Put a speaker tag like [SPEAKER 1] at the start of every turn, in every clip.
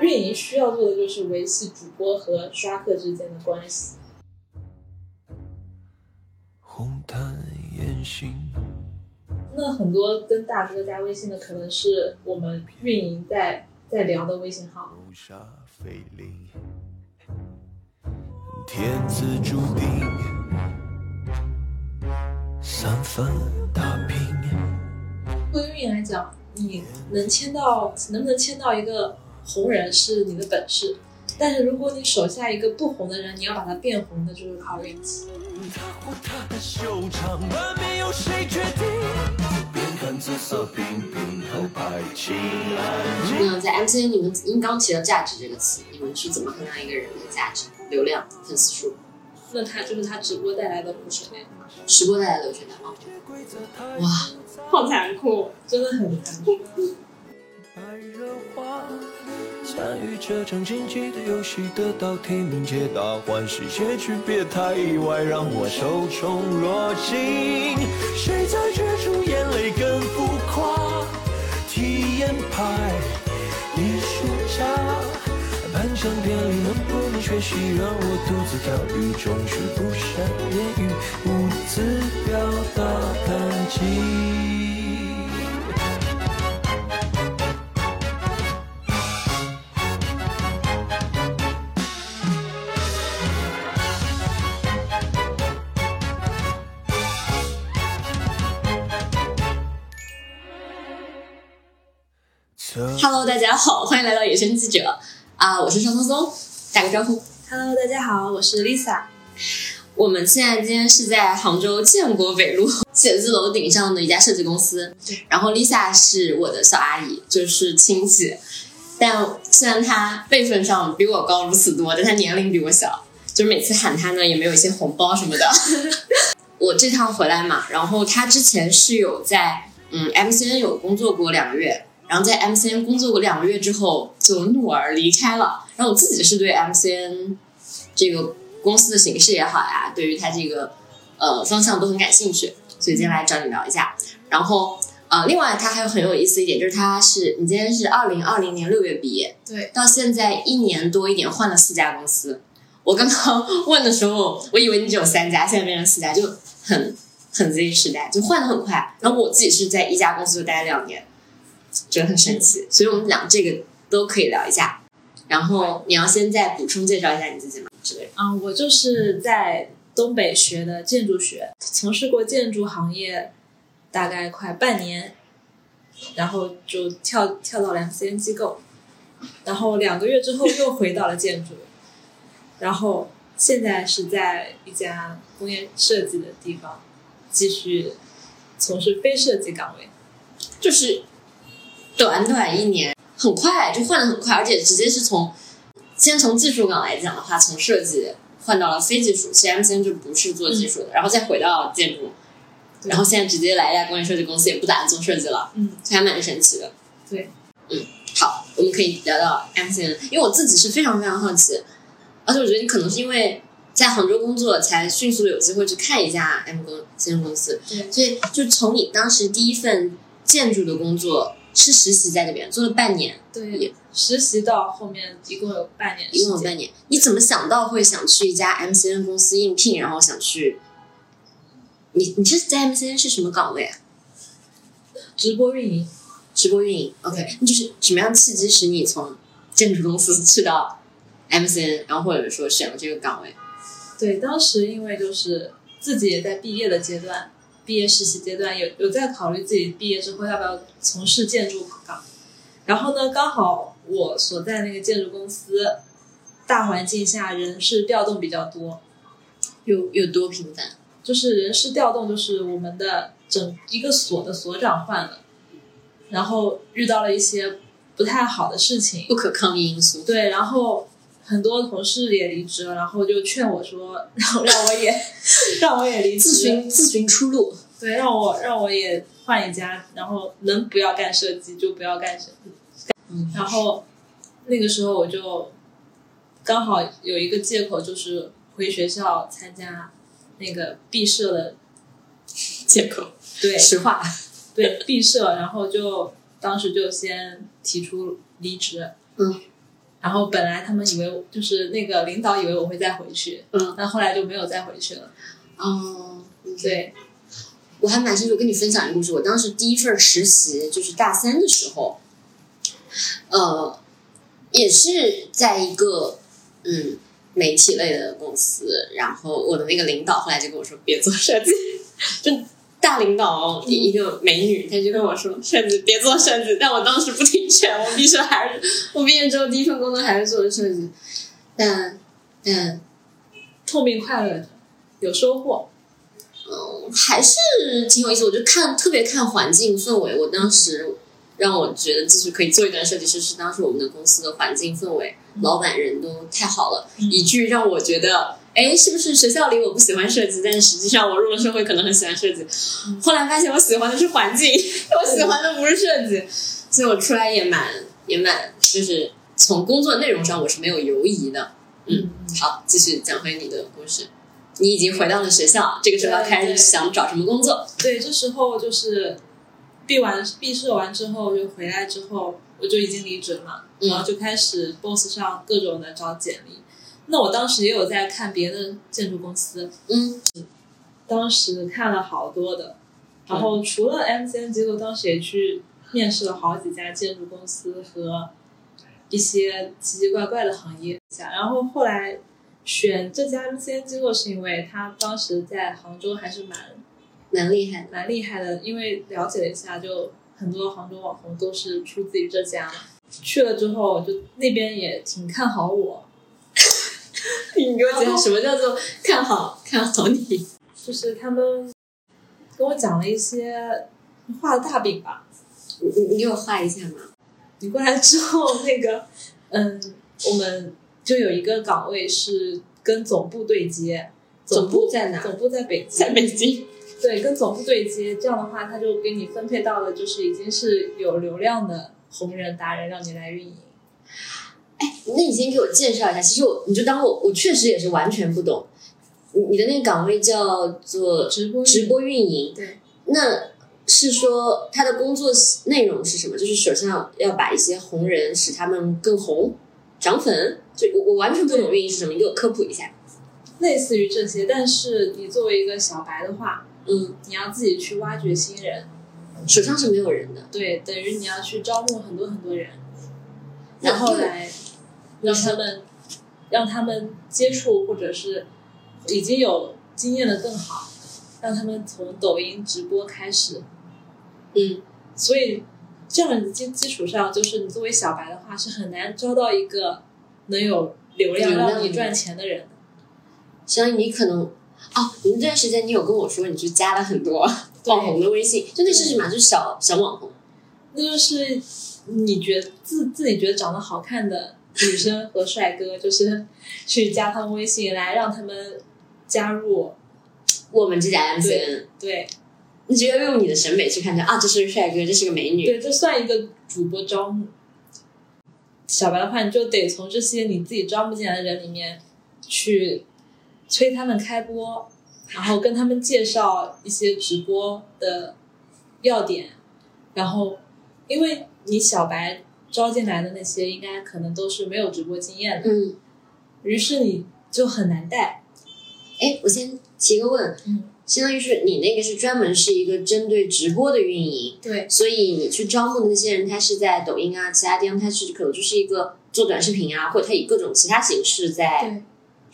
[SPEAKER 1] 运营需要做的就是维系主播和刷客之间的关系。
[SPEAKER 2] 红毯烟熏，
[SPEAKER 1] 那很多跟大哥加微信的，可能是我们运营在在聊的微信号。
[SPEAKER 2] 流沙飞零，天字注定，三番打拼，
[SPEAKER 1] 对运营来讲，你能签到，能不能签到一个红人是你的本事，但是如果你手下一个不红的人，你要把他变红的，就是靠运气。
[SPEAKER 2] 他或她的修长，而没有谁决定。边看紫色冰冰后排起安静。
[SPEAKER 3] 那在 MCN 里面，您刚提到价值这个词，你们是怎么衡量一个人的价值？流量、粉丝数、
[SPEAKER 1] 那他就是他直播带来的补水，
[SPEAKER 3] 直播带来的流水量吗？哇，
[SPEAKER 1] 好残酷，真的很残酷。
[SPEAKER 2] 白热化，参与这场竞技的游戏，得到提名，皆大欢喜。结局别太意外，让我受宠若惊。谁在角逐眼泪更浮夸？体验派，艺术家，颁奖典礼能不能学习让我独自跳跃，终是不善言语，无字表达感激。
[SPEAKER 3] Hello，大家好，欢迎来到野生记者啊、我是张松松，打个招呼。
[SPEAKER 1] Hello，大家好，我是 Lisa。
[SPEAKER 3] 我们现在今天是在杭州建国北路 写字楼顶上的一家设计公司
[SPEAKER 1] 对，
[SPEAKER 3] 然后 Lisa 是我的小阿姨，就是亲戚，但虽然她辈分上比我高如此多，但她年龄比我小，就是每次喊她呢也没有一些红包什么的。 我这趟回来嘛，然后她之前是有在嗯 MCN 有工作过两个月，然后在 MCN 工作过两个月之后就怒而离开了，然后我自己是对 MCN 这个公司的形式也好呀、对于它这个呃方向都很感兴趣，所以今天来找你聊一下。然后呃，另外它还有很有意思一点，就是它是你今天是二零二零年六月毕业，
[SPEAKER 1] 对，
[SPEAKER 3] 到现在一年多一点，换了四家公司。我刚 刚问的时候，我以为你只有三家，现在变成四家，就很很 Z 时代，就换的很快。然后我自己是在一家公司就待了两年，觉得很神奇。所以我们俩这个都可以聊一下。然后你要先再补充介绍一下你自己吗？之类的。
[SPEAKER 1] 啊、我就是在东北学的建筑学，从事过建筑行业大概快半年，然后就跳跳到了 MCN 机构，然后两个月之后又回到了建筑，然后现在是在一家工业设计的地方继续从事非设计岗位。
[SPEAKER 3] 就是短短一年，很快就换的很快，而且直接是从先从技术岗来讲的话，从设计换到了非技术，其实 MCN 就不是做技术的，然后再回到建筑，
[SPEAKER 1] 嗯对
[SPEAKER 3] 然后现在直接来一家工业设计公司，也不打算做设计了，
[SPEAKER 1] 嗯，
[SPEAKER 3] 所以还蛮神奇的。
[SPEAKER 1] 对，
[SPEAKER 3] 嗯，好，我们可以聊聊 MCN，因为我自己是非常非常好奇，而且我觉得你可能是因为。在杭州工作，才迅速地有机会去看一下 M 公 C 公司，
[SPEAKER 1] 对，
[SPEAKER 3] 所以就从你当时第一份建筑的工作是实习在这边做了半年，
[SPEAKER 1] 对，实习到后面一共有半年时
[SPEAKER 3] 一
[SPEAKER 1] 间，
[SPEAKER 3] 共有半年。你怎么想到会想去一家 MCN 公司应聘，然后想去？你你是在 MCN 是什么岗位啊？
[SPEAKER 1] 直播运营。
[SPEAKER 3] 直播运营。OK，那就是什么样的契机使你从建筑公司去到 MCN，然后或者说选了这个岗位？
[SPEAKER 1] 对，当时因为就是自己也在毕业的阶段，毕业实习阶段有有在考虑自己毕业之后要不要从事建筑岗，然后呢，刚好我所在那个建筑公司，大环境下人事调动比较多，
[SPEAKER 3] 有有多频繁？
[SPEAKER 1] 就是人事调动，就是我们的整一个所的所长换了，然后遇到了一些不太好的事情，
[SPEAKER 3] 不可抗力因素。
[SPEAKER 1] 对，然后很多同事也离职了，然后就劝我说， 让让我也让我也离职，
[SPEAKER 3] 自寻自寻出路。
[SPEAKER 1] 对，让我让我也换一家，然后能不要干设计就不要干设计。
[SPEAKER 3] 嗯
[SPEAKER 1] 然后那个时候我就刚好有一个借口，就是回学校参加那个毕设的，
[SPEAKER 3] 借口，
[SPEAKER 1] 对
[SPEAKER 3] 实话。
[SPEAKER 1] 对毕设，然后就当时就先提出离职，
[SPEAKER 3] 嗯，
[SPEAKER 1] 然后本来他们以为我就是那个领导以为我会再回去，
[SPEAKER 3] 嗯，
[SPEAKER 1] 但后来就没有再回去了。
[SPEAKER 3] 哦，对，
[SPEAKER 1] 对，
[SPEAKER 3] 我还蛮清楚跟你分享一个故事。我当时第一份实习就是大三的时候，呃，也是在一个嗯媒体类的公司，然后我的那个领导后来就跟我说别做设计， 就大领导哦一一个美女，她就跟我说设计别做设计，但我当时不听劝，我毕设还是我毕业之后第一份工作还是做设计，但嗯但
[SPEAKER 1] 痛并快乐着，有收获。
[SPEAKER 3] 嗯，还是挺有意思。我就看特别看环境氛围。我当时让我觉得继续可以做一段设计师，是当时我们的公司的环境氛围，老板人都太好了，
[SPEAKER 1] 嗯
[SPEAKER 3] 以至于让我觉得，哎，是不是学校里我不喜欢设计，但实际上我入了社会可能很喜欢设计。后来发现我喜欢的是环境，我喜欢的不是设计，所以我出来也蛮也蛮，就是从工作内容上我是没有犹疑的。嗯，好，继续讲回你的故事。你已经回到了学校，这个时候要开始想找什么工作。
[SPEAKER 1] 对，这时候就是毕完毕设完之后就回来之后，我就已经离职了，
[SPEAKER 3] 嗯
[SPEAKER 1] 然后就开始 boss 上各种的找简历。那我当时也有在看别的建筑公司，
[SPEAKER 3] 嗯
[SPEAKER 1] 当时看了好多的，然后除了 MCN 机构，当时也去面试了好几家建筑公司和一些奇奇怪怪的行业。然后后来选这家 MCN 机构是因为他当时在杭州还是蛮
[SPEAKER 3] 蛮厉害的。
[SPEAKER 1] 蛮厉害的，因为了解了一下，就很多杭州网红都是出自于这家。去了之后，就那边也挺看好我，
[SPEAKER 3] 你给我讲什么叫做看好看好你？
[SPEAKER 1] 就是他们跟我讲了一些画的大饼吧，
[SPEAKER 3] 你你你给我画一下吗？
[SPEAKER 1] 你过来之后，那个，嗯，我们就有一个岗位是跟总部对接，
[SPEAKER 3] 总部
[SPEAKER 1] 部
[SPEAKER 3] 在哪
[SPEAKER 1] 总部在北京，
[SPEAKER 3] 在北京。
[SPEAKER 1] 对，跟总部对接。这样的话，他就给你分配到了，就是已经是有流量的红人达人，让你来运营。
[SPEAKER 3] 哎，那你先给我介绍一下。其实我，你就当我，我确实也是完全不懂。你你的那个岗位叫做
[SPEAKER 1] 直播运营
[SPEAKER 3] 直播运营，
[SPEAKER 1] 对，
[SPEAKER 3] 那是说他的工作内容是什么？就是首先要要把一些红人使他们更红，涨粉。就我我完全不懂运营是什么，你给我科普一下。
[SPEAKER 1] 类似于这些。但是你作为一个小白的话，
[SPEAKER 3] 嗯，
[SPEAKER 1] 你要自己去挖掘新人，
[SPEAKER 3] 手上是没有人的，
[SPEAKER 1] 对，等于你要去招募很多很多人，
[SPEAKER 3] 那
[SPEAKER 1] 然后
[SPEAKER 3] 对
[SPEAKER 1] 来让他们让他们接触或者是已经有经验的更好，让他们从抖音直播开始。
[SPEAKER 3] 嗯，
[SPEAKER 1] 所以这样的基基础上，就是你作为小白的话，是很难招到一个能有流量
[SPEAKER 3] 流量
[SPEAKER 1] 让你
[SPEAKER 3] 的
[SPEAKER 1] 赚钱的人的。
[SPEAKER 3] 相当于你可能哦，你那段时间你有跟我说你去加了很多网红的微信，就那是什么？啊就是小小网红。
[SPEAKER 1] 那就是你觉自自己觉得长得好看的女生和帅哥，就是去加他们微信来让他们加入。
[SPEAKER 3] 我们这家 MCN，
[SPEAKER 1] 对
[SPEAKER 3] 你觉得用你的审美去判断啊，这是个帅哥，这是个美女，
[SPEAKER 1] 对，这算一个主播招募。小白的话，你就得从这些你自己招募进来的人里面去催他们开播，然后跟他们介绍一些直播的要点，然后因为你小白招进来的那些，应该可能都是没有直播经验的，
[SPEAKER 3] 嗯，
[SPEAKER 1] 于是你就很难带。
[SPEAKER 3] 哎，我先提个问，
[SPEAKER 1] 嗯，
[SPEAKER 3] 相当于是你那个是专门是一个针对直播的运营，
[SPEAKER 1] 对
[SPEAKER 3] 所以你去招募的那些人，他是在抖音啊，其他地方他是可能就是一个做短视频啊，或者他以各种其他形式在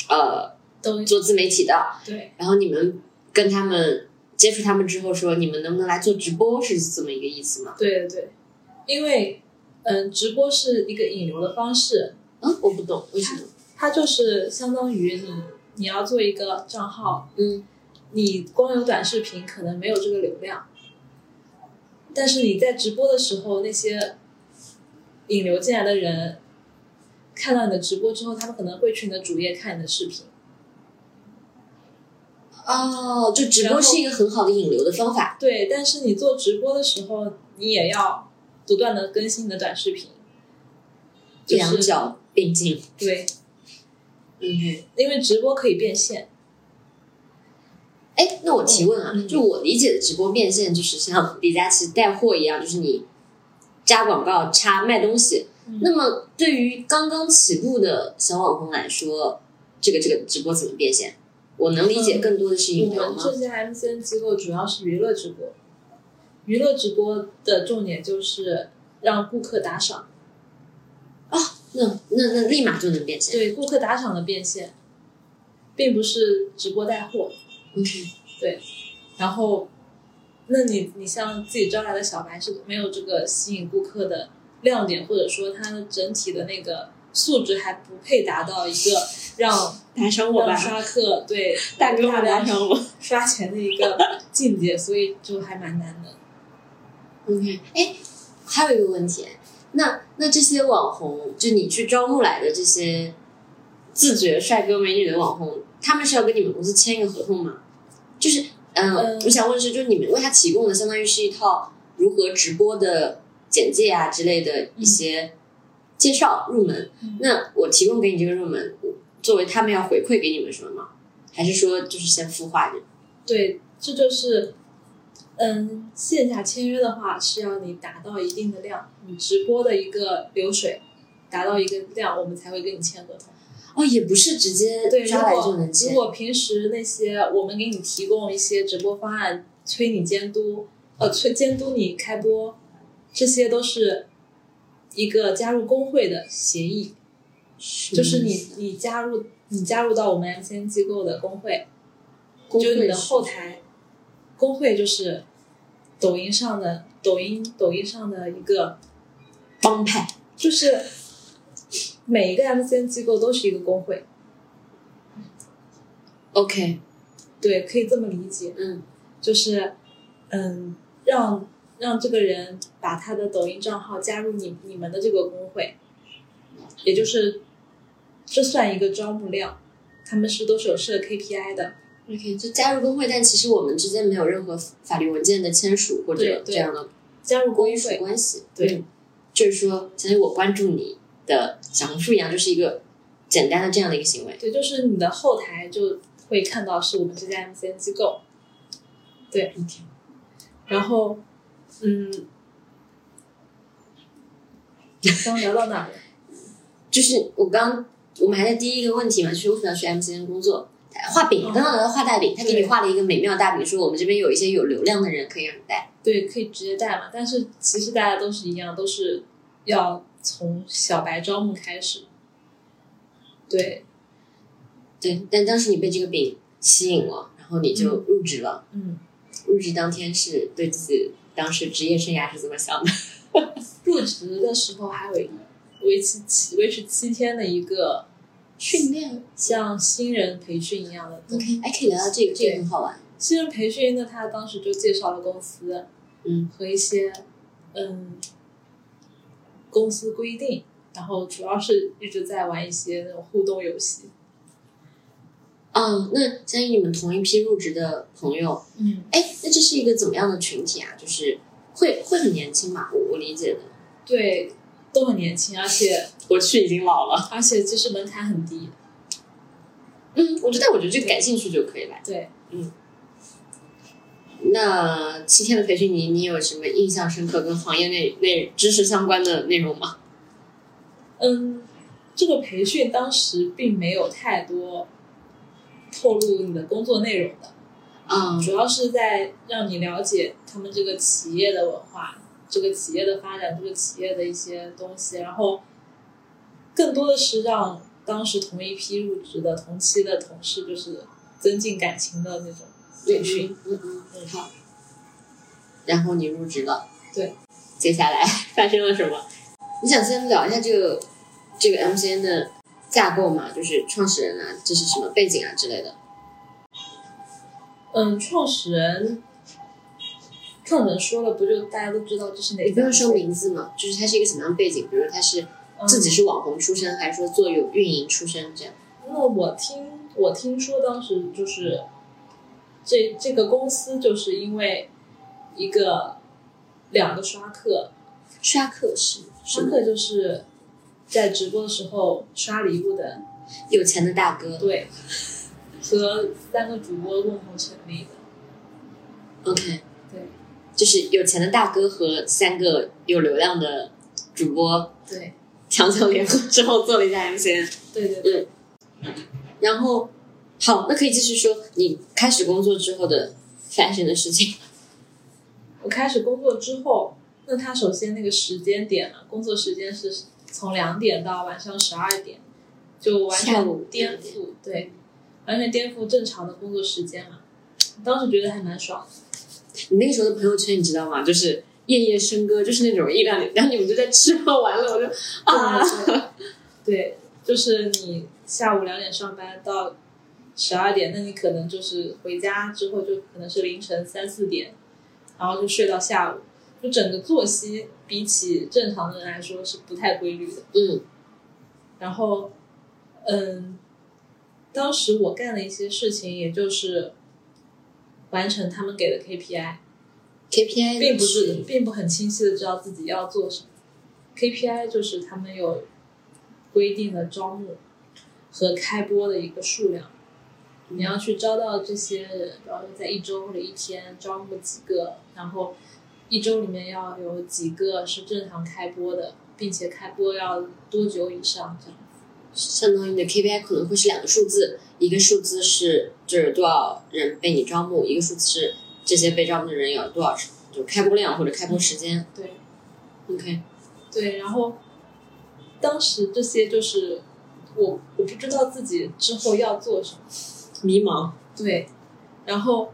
[SPEAKER 1] 对，
[SPEAKER 3] 呃
[SPEAKER 1] 抖音
[SPEAKER 3] 做自媒体的，
[SPEAKER 1] 对
[SPEAKER 3] 然后你们跟他们接触他们之后说，你们能不能来做直播，是这么一个意思吗？
[SPEAKER 1] 对对对，因为嗯，直播是一个引流的方式，
[SPEAKER 3] 嗯，我不懂为什么，
[SPEAKER 1] 它就是相当于你你要做一个账号，
[SPEAKER 3] 嗯，
[SPEAKER 1] 你光有短视频可能没有这个流量，但是你在直播的时候，那些引流进来的人看到你的直播之后，他们可能会去你的主页看你的视频。
[SPEAKER 3] 哦，就直播
[SPEAKER 1] 然后
[SPEAKER 3] 是一个很好的引流的方法，
[SPEAKER 1] 对，但是你做直播的时候，你也要不断的更新你的短视频，就是
[SPEAKER 3] 两脚并进，
[SPEAKER 1] 对，
[SPEAKER 3] 嗯。
[SPEAKER 1] 因为直播可以变现。
[SPEAKER 3] 哎，那我提问啊，
[SPEAKER 1] 嗯嗯
[SPEAKER 3] 就我理解的直播变现，就是像李佳琦带货一样，就是你加广告、插卖东西。那么对于刚刚起步的小网红来说，这个这个直播怎么变现？我能理解更多的是引
[SPEAKER 1] 我
[SPEAKER 3] 流
[SPEAKER 1] 们
[SPEAKER 3] 吗？
[SPEAKER 1] 这些 MCN 机构主要是娱乐直播，娱乐直播的重点就是让顾客打赏，
[SPEAKER 3] 那那那立马就能变现。
[SPEAKER 1] 对顾客打赏的变现，并不是直播带货。
[SPEAKER 3] 嗯
[SPEAKER 1] 然后，那你你像自己招来的小白是没有这个吸引顾客的亮点，或者说他的整体的那个素质还不配达到一个让
[SPEAKER 3] 打赏
[SPEAKER 1] 让刷客对大量
[SPEAKER 3] 我。
[SPEAKER 1] 刷钱的一个境界，所以就还蛮难的。
[SPEAKER 3] OK，哎，还有一个问题，那那这些网红，就你去招募来的这些自觉帅哥美女的网红，他们是要跟你们公司签一个合同吗？就是，嗯、
[SPEAKER 1] 嗯
[SPEAKER 3] 我想问的是，就是你们为他提供的，相当于是一套如何直播的简介啊之类的一些介绍入门。
[SPEAKER 1] 嗯
[SPEAKER 3] 那我提供给你这个入门，作为他们要回馈给你们什么吗？还是说就是先孵化着？
[SPEAKER 1] 对，这就是，嗯，线下签约的话是要你达到一定的量，你直播的一个流水达到一个量，我们才会跟你签合同。
[SPEAKER 3] 哦，也不是直接
[SPEAKER 1] 对，如
[SPEAKER 3] 抓来就
[SPEAKER 1] 果
[SPEAKER 3] 能签
[SPEAKER 1] 如。果平时那些我们给你提供一些直播方案，催你监督，呃，催监督你开播，这些都是一个加入工会的协议。
[SPEAKER 3] 嗯
[SPEAKER 1] 就是你你加入你加入到我们 MCN 机构的工会，
[SPEAKER 3] 工
[SPEAKER 1] 就是
[SPEAKER 3] 会
[SPEAKER 1] 你的
[SPEAKER 3] 是
[SPEAKER 1] 后台，工会就是抖音上的抖音抖音上的一个，
[SPEAKER 3] 帮派。
[SPEAKER 1] 就是每一个 MCN 机构都是一个工会，
[SPEAKER 3] OK，
[SPEAKER 1] 对，可以这么理解，
[SPEAKER 3] 嗯
[SPEAKER 1] 就是嗯，让让这个人把他的抖音账号加入你你们的这个工会，也就是这算一个招募量，他们是都是有设 KPI 的。
[SPEAKER 3] ，OK，就加入工会，但其实我们之间没有任何法律文件的签署或者
[SPEAKER 1] 对
[SPEAKER 3] 这
[SPEAKER 1] 对
[SPEAKER 3] 样的
[SPEAKER 1] 加入
[SPEAKER 3] 归
[SPEAKER 1] 工
[SPEAKER 3] 属
[SPEAKER 1] 会，
[SPEAKER 3] 关系。
[SPEAKER 1] 对
[SPEAKER 3] 嗯，就是说，相当于我关注你的小红书一样，就是一个简单的这样的一个行为。
[SPEAKER 1] 对，就是你的后台就会看到是我们这家 MCN 机构，嗯
[SPEAKER 3] OK，
[SPEAKER 1] 然后，嗯，刚聊到哪了？
[SPEAKER 3] 就是我刚我们还在第一个问题嘛，就是为什么要去 MCN 工作？画饼，刚刚聊到画大饼，他给你
[SPEAKER 1] 哦对
[SPEAKER 3] 画了一个美妙大饼，说我们这边有一些有流量的人可以让你带。
[SPEAKER 1] 对，可以直接带嘛，但是其实大家都是一样，都是要从小白招募开始。对，
[SPEAKER 3] 对，但当时你被这个饼吸引了，然后你就入职了。
[SPEAKER 1] 嗯，
[SPEAKER 3] 入职当天是对自己当时职业生涯是怎么想的？
[SPEAKER 1] 入职的时候还有一为期七维持七天的一个
[SPEAKER 3] 训练
[SPEAKER 1] 像新人培训一样的东西。
[SPEAKER 3] ，OK，哎，可以聊聊这个，这个
[SPEAKER 1] 对
[SPEAKER 3] 很好玩。
[SPEAKER 1] 新人培训呢，他当时就介绍了公司，
[SPEAKER 3] 嗯，
[SPEAKER 1] 和一些嗯公司规定，然后主要是一直在玩一些那种互动游戏。
[SPEAKER 3] 嗯，那相当于你们同一批入职的朋友，
[SPEAKER 1] 嗯，
[SPEAKER 3] 哎，那这是一个怎么样的群体啊？就是会会很年轻嘛？我我理解的，
[SPEAKER 1] 对，都很年轻，而且
[SPEAKER 3] 我去已经老了。
[SPEAKER 1] 而且其实门槛很低。
[SPEAKER 3] 嗯，我觉得我觉得这个感兴趣就可以了。
[SPEAKER 1] 对，
[SPEAKER 3] 那七天的培训你你有什么印象深刻跟行业内内知识相关的内容吗？
[SPEAKER 1] 嗯，这个培训当时并没有太多透露你的工作内容的，
[SPEAKER 3] 啊、
[SPEAKER 1] 主要是在让你了解他们这个企业的文化、这个企业的发展、这个企业的一些东西，然后更多的是让当时同一批入职的同期的同事，就是增进感情的那种培训。
[SPEAKER 3] 嗯嗯嗯，好。然后你入职了，
[SPEAKER 1] 对。
[SPEAKER 3] 接下来 发生了什么？你想先聊一下这个这个 MCN 的架构嘛？就是创始人啊，这是什么背景啊之类的。
[SPEAKER 1] 嗯，创始人，创始人说了，不就大家都知道这是哪？
[SPEAKER 3] 你不用说名字嘛，就是他是一个什么样的背景？比如他是
[SPEAKER 1] 嗯
[SPEAKER 3] 自己是网红出身，还是说做有运营出身这样？
[SPEAKER 1] 那我听我听说当时就是这这个公司就是因为一个两个刷客，
[SPEAKER 3] 刷客是
[SPEAKER 1] 刷
[SPEAKER 3] 什么？
[SPEAKER 1] 客就是在直播的时候刷礼物的，
[SPEAKER 3] 有钱的大哥。
[SPEAKER 1] 对，和三个主播共同成立的，
[SPEAKER 3] OK，
[SPEAKER 1] 对
[SPEAKER 3] 就是有钱的大哥和三个有流量的主播
[SPEAKER 1] 对，
[SPEAKER 3] 强强联合之后做了一家 MCN。
[SPEAKER 1] 对对对，
[SPEAKER 3] 嗯，然后好，那可以继续说你开始工作之后的 fashion 的事情。
[SPEAKER 1] 我开始工作之后，那他首先那个时间点呢，工作时间是从两点到晚上十二点，就完
[SPEAKER 3] 下午
[SPEAKER 1] 全颠覆，对，完全颠覆正常的工作时间嘛。当时觉得还蛮爽的，
[SPEAKER 3] 你那个时候的朋友圈你知道吗？就是夜夜笙歌，就是那种一两点，然后你们就在吃喝玩乐，我就啊，
[SPEAKER 1] 对，就是你下午两点上班到十二点，那你可能就是回家之后就可能是凌晨三四点，然后就睡到下午，就整个作息比起正常的人来说是不太规律的。
[SPEAKER 3] 嗯
[SPEAKER 1] 然后，嗯，当时我干的一些事情，也就是完成他们给的 KPI，
[SPEAKER 3] ，KPI
[SPEAKER 1] 并不是并不很清晰的知道自己要做什么。KPI 就是他们有规定的招募和开播的一个数量，你要去招到这些人，然后在一周或者一天招募几个，然后一周里面要有几个是正常开播的，并且开播要多久以上这样。
[SPEAKER 3] 相当于你的 KPI 可能会是两个数字，一个数字是就是多少人被你招募，一个数字是这些被招募的人有多少就开播量或者开播时间。
[SPEAKER 1] 对，
[SPEAKER 3] 嗯 OK，
[SPEAKER 1] 对，然后当时这些就是我我不知道自己之后要做什么，
[SPEAKER 3] 迷茫，
[SPEAKER 1] 对，然后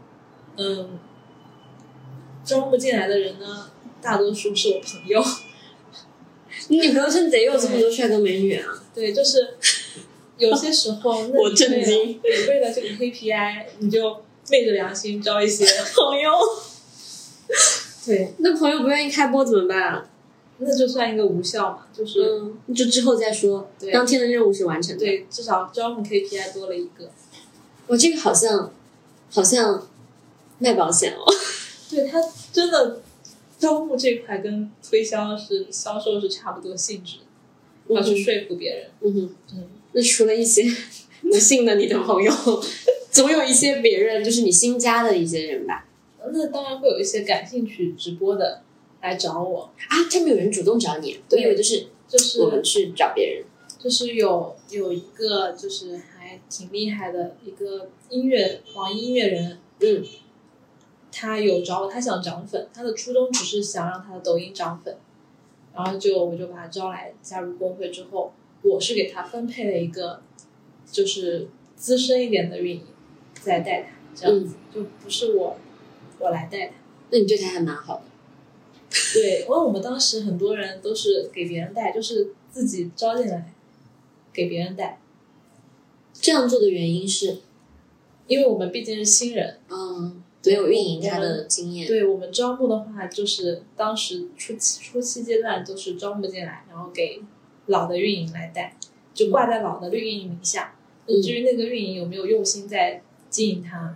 [SPEAKER 1] 嗯，招募进来的人呢，大多数是我朋友，
[SPEAKER 3] 你女朋友圈得有这么多帅哥美女啊！
[SPEAKER 1] 对，就是有些时候，那你
[SPEAKER 3] 我震
[SPEAKER 1] 为了
[SPEAKER 3] 惊
[SPEAKER 1] 你为了这个 KPI，你就昧着良心招一些，
[SPEAKER 3] 朋友，
[SPEAKER 1] 对，
[SPEAKER 3] 那朋友不愿意开播怎么办啊？
[SPEAKER 1] 那就算一个无效嘛，就是。
[SPEAKER 3] 嗯，就之后再说。
[SPEAKER 1] 对
[SPEAKER 3] 当天的任务是完成的。，
[SPEAKER 1] 对，至少招募 KPI 多了一个。
[SPEAKER 3] 我这个好像好像卖保险哦。
[SPEAKER 1] 对他真的招募这块跟推销是销售是差不多性质，要去说服别人。
[SPEAKER 3] 嗯哼，
[SPEAKER 1] 嗯，
[SPEAKER 3] 那除了一些不幸的你的朋友， 总有一些别人，就是你新加的一些人吧？
[SPEAKER 1] 那当然会有一些感兴趣直播的来找我，
[SPEAKER 3] 啊，他们有人主动找你，啊我
[SPEAKER 1] 对
[SPEAKER 3] 以为就是
[SPEAKER 1] 就是
[SPEAKER 3] 我们去找别人。
[SPEAKER 1] 就是有有一个就是还挺厉害的一个音乐网易音乐人，
[SPEAKER 3] 嗯，
[SPEAKER 1] 他有找我，他想涨粉，他的初衷只是想让他的抖音涨粉，然后就我就把他招来加入工会之后，我是给他分配了一个就是资深一点的运营在带他，这样子、
[SPEAKER 3] 嗯
[SPEAKER 1] 就不是我我来带他。
[SPEAKER 3] 那你对他还蛮好的。
[SPEAKER 1] 对，因为我们当时很多人都是给别人带，就是自己招进来给别人带，
[SPEAKER 3] 这样做的原因是，
[SPEAKER 1] 因为我们毕竟是新人，
[SPEAKER 3] 嗯，没有运营他的经验。
[SPEAKER 1] 对我们招募的话，就是当时初期初期阶段都是招募进来，然后给老的运营来带，就挂在老的运营名下。
[SPEAKER 3] 嗯
[SPEAKER 1] 至于那个运营有没有用心在经营它，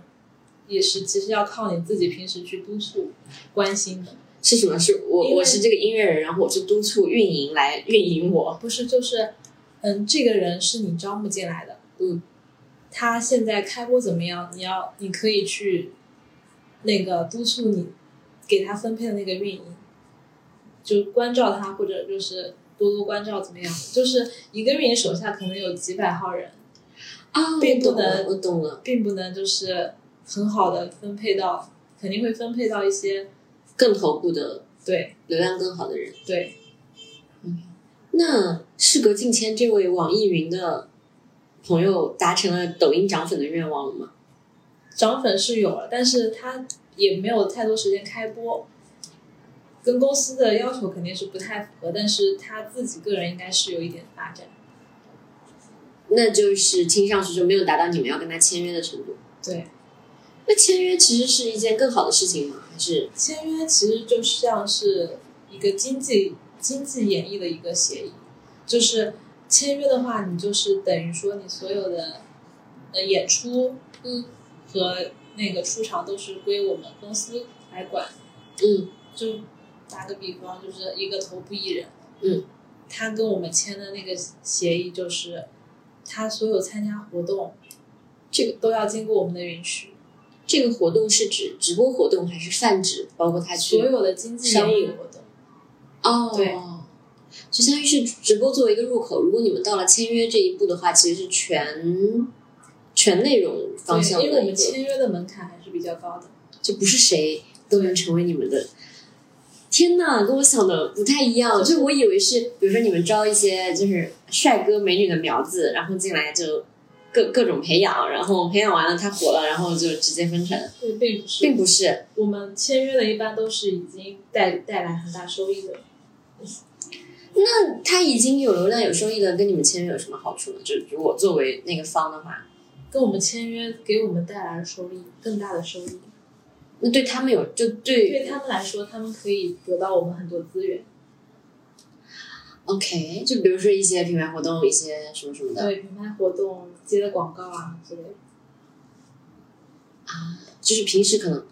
[SPEAKER 1] 也是其实要靠你自己平时去督促、关心的。
[SPEAKER 3] 是什么？是我
[SPEAKER 1] 因为
[SPEAKER 3] 我是这个音乐人，然后我是督促运营来运营我。
[SPEAKER 1] 不是，就是，嗯，这个人是你招募进来的，
[SPEAKER 3] 嗯，
[SPEAKER 1] 他现在开播怎么样？你要，你可以去那个督促你给他分配的那个运营，就关照他，或者就是多多关照怎么样？就是一个运营手下可能有几百号人，
[SPEAKER 3] 啊，
[SPEAKER 1] 并不
[SPEAKER 3] 我懂了，
[SPEAKER 1] 能
[SPEAKER 3] 我懂了，
[SPEAKER 1] 并不能就是很好的分配到，肯定会分配到一些
[SPEAKER 3] 更头部的
[SPEAKER 1] 对
[SPEAKER 3] 流量更好的人。
[SPEAKER 1] 对，
[SPEAKER 3] 那事隔境迁，这位网易云的朋友达成了抖音涨粉的愿望了吗？
[SPEAKER 1] 涨粉是有了，但是他也没有太多时间开播，跟公司的要求肯定是不太符合，但是他自己个人应该是有一点发展。
[SPEAKER 3] 那就是听上去就没有达到你们要跟他签约的程度。
[SPEAKER 1] 对，
[SPEAKER 3] 那签约其实是一件更好的事情吗？还是
[SPEAKER 1] 签约其实就像是一个经济经济演绎的一个协议，就是签约的话，你就是等于说你所有的呃演出，嗯，和那个出场都是归我们公司来管，
[SPEAKER 3] 嗯
[SPEAKER 1] 就打个比方，就是一个头部艺人，
[SPEAKER 3] 嗯，
[SPEAKER 1] 他跟我们签的那个协议就是，他所有参加活动，
[SPEAKER 3] 这个
[SPEAKER 1] 都要经过我们的允许，
[SPEAKER 3] 这个活动是指直播活动还是泛指，包括他去
[SPEAKER 1] 所有的经济
[SPEAKER 3] 商
[SPEAKER 1] 演
[SPEAKER 3] 务
[SPEAKER 1] 艺活动，
[SPEAKER 3] 哦
[SPEAKER 1] 对
[SPEAKER 3] 就相当于是直播作为一个入口。如果你们到了签约这一步的话，其实是全全内容方向
[SPEAKER 1] 对，因为
[SPEAKER 3] 的
[SPEAKER 1] 我
[SPEAKER 3] 一
[SPEAKER 1] 们
[SPEAKER 3] 个，
[SPEAKER 1] 签约的门槛还是比较高的。
[SPEAKER 3] 就不是谁都能成为你们的。天呐，跟我想的不太一样。就我以为是，比如说你们招一些就是帅哥美女的苗子，然后进来就各各种培养，然后培养完了他火了，然后就直接分成，
[SPEAKER 1] 对，并不是，
[SPEAKER 3] 并不是。
[SPEAKER 1] 我们签约的一般都是已经带带来很大收益的。
[SPEAKER 3] 那他已经有流量有收益的，跟你们签约有什么好处呢？就如果作为那个方的话，
[SPEAKER 1] 跟我们签约给我们带来的收益更大的收益，
[SPEAKER 3] 那对他们有就对
[SPEAKER 1] 对他们来说，他们可以得到我们很多资源，
[SPEAKER 3] OK，就比如说一些品牌活动，一些什么什么的，
[SPEAKER 1] 对品牌活动接的广告啊之类的。
[SPEAKER 3] 就是平时可能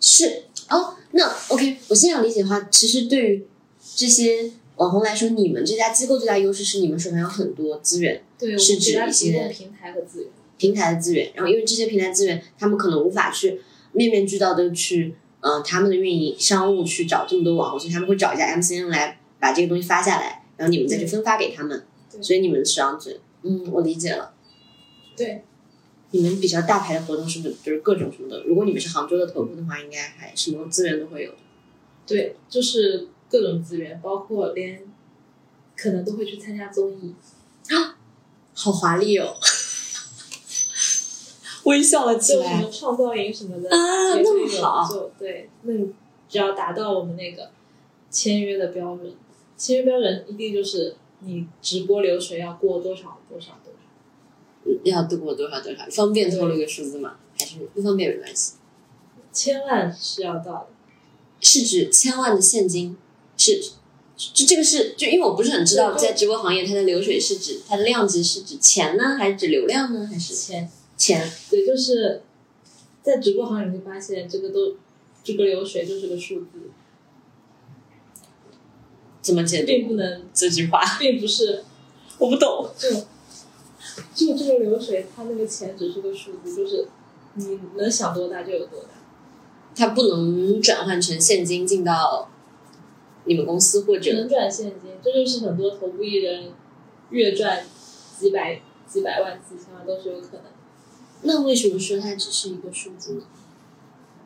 [SPEAKER 3] 是哦。那 OK，我现在理解的话，其实对于这些网红来说，你们这家机构最大优势是你们手上有很多资源，
[SPEAKER 1] 对，我
[SPEAKER 3] 是
[SPEAKER 1] 们
[SPEAKER 3] 指
[SPEAKER 1] 给他
[SPEAKER 3] 一
[SPEAKER 1] 提
[SPEAKER 3] 些
[SPEAKER 1] 供平台和资源。
[SPEAKER 3] 平台的资源，然后因为这些平台资源，他们可能无法去面面俱到的去，呃，他们的运营商务去找这么多网红，所以他们会找一家 MCN 来把这个东西发下来，然后你们再去分发给他们。
[SPEAKER 1] 对
[SPEAKER 3] 所以你们是这样子，嗯，我理解了。
[SPEAKER 1] 对，
[SPEAKER 3] 你们比较大牌的活动是不是就是各种什么的？如果你们是杭州的头部的话，应该还什么资源都会有。
[SPEAKER 1] 对，就是各种资源，包括连可能都会去参加综艺。
[SPEAKER 3] 好华丽哦！ 微笑了
[SPEAKER 1] 就什么创造营什么的
[SPEAKER 3] 啊
[SPEAKER 1] 也
[SPEAKER 3] 那
[SPEAKER 1] 会
[SPEAKER 3] 么
[SPEAKER 1] 有
[SPEAKER 3] 好
[SPEAKER 1] 就对，那你只要达到我们那个签约的标准，签约标准一定就是你直播流水要过多少多少多少。
[SPEAKER 3] 要度过多少多少？方便透露一个数字吗？还是不方便没关系？
[SPEAKER 1] 千万是要到的，
[SPEAKER 3] 是指千万的现金？是，就这个是就因为我不是很知道，
[SPEAKER 1] 对
[SPEAKER 3] 在直播行业它的流水是指它的量级是指钱呢，还是指流量呢，还是
[SPEAKER 1] 钱
[SPEAKER 3] 钱？
[SPEAKER 1] 对，就是在直播行业你会发现这个都这个流水就是个数字，
[SPEAKER 3] 怎么解读
[SPEAKER 1] 并不能，
[SPEAKER 3] 这句话？
[SPEAKER 1] 并不是
[SPEAKER 3] 我不懂。
[SPEAKER 1] 就就这个流水，它那个钱只是个数字，就是你能想多大就有多大。
[SPEAKER 3] 它不能转换成现金进到你们公司或
[SPEAKER 1] 只
[SPEAKER 3] 者
[SPEAKER 1] 能赚现金，这就是很多头部艺人月赚几百、几百万、几千万都是有可能的。
[SPEAKER 3] 那为什么说它只是一个数字呢？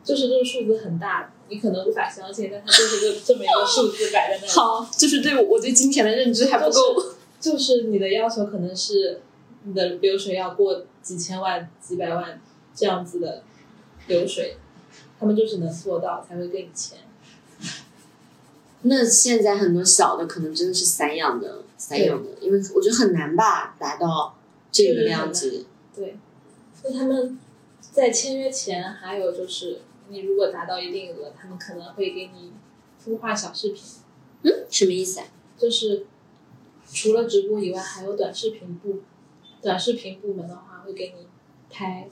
[SPEAKER 1] 就是这个数字很大，你可能无法相信，但它就是个这么一个数字摆在那里。
[SPEAKER 3] 好，就是对我我对金钱的认知还不够。
[SPEAKER 1] 就是你的要求可能是你的流水要过几千万、几百万这样子的流水，他们就是能做到才会给你钱。
[SPEAKER 3] 那现在很多小的可能真的是散养的，散养的，因为我觉得很难吧，达到这个量级。
[SPEAKER 1] 对，那他们在签约前，还有就是你如果达到一定额，他们可能会给你孵化小视频，
[SPEAKER 3] 嗯，什么意思啊？
[SPEAKER 1] 就是除了直播以外，还有短视频部，短视频部门的话会给你拍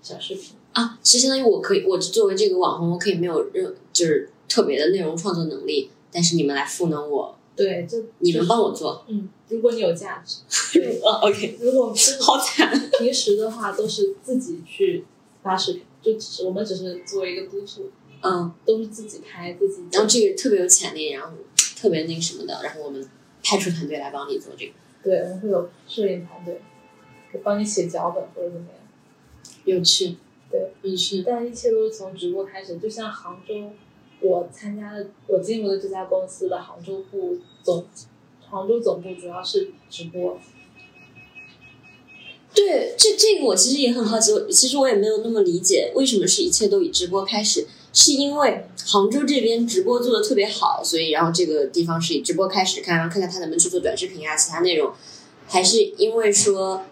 [SPEAKER 1] 小视频。
[SPEAKER 3] 啊，其实相当于我可以，我作为这个网红，我可以没有任就是特别的内容创作能力，但是你们来赋能我，
[SPEAKER 1] 对，这
[SPEAKER 3] 你们帮我 做。
[SPEAKER 1] 嗯，如果你有价值，对，
[SPEAKER 3] 啊，OK，
[SPEAKER 1] 如果真的
[SPEAKER 3] 好惨。
[SPEAKER 1] 平时的话都是自己去发视频，就只是我们只是作为一个督促，
[SPEAKER 3] 嗯，
[SPEAKER 1] 都是自己拍自己。
[SPEAKER 3] 然后这个特别有潜力，然后特别那个什么的，然后我们派出团队来帮你做这个，
[SPEAKER 1] 对，我们会有摄影团队，会帮你写脚本或者怎么样。
[SPEAKER 3] 有趣，
[SPEAKER 1] 对，
[SPEAKER 3] 有趣，
[SPEAKER 1] 但一切都是从直播开始，就像杭州，我参加的，我进入的这家公司的杭州部总，杭州总部主要是直播。
[SPEAKER 3] 对，这这个我其实也很好奇，我其实我也没有那么理解，为什么是一切都以直播开始，是因为杭州这边直播做的特别好，所以然后这个地方是以直播开始看，然后看看他能不能去做短视频啊，其他内容，还是因为说，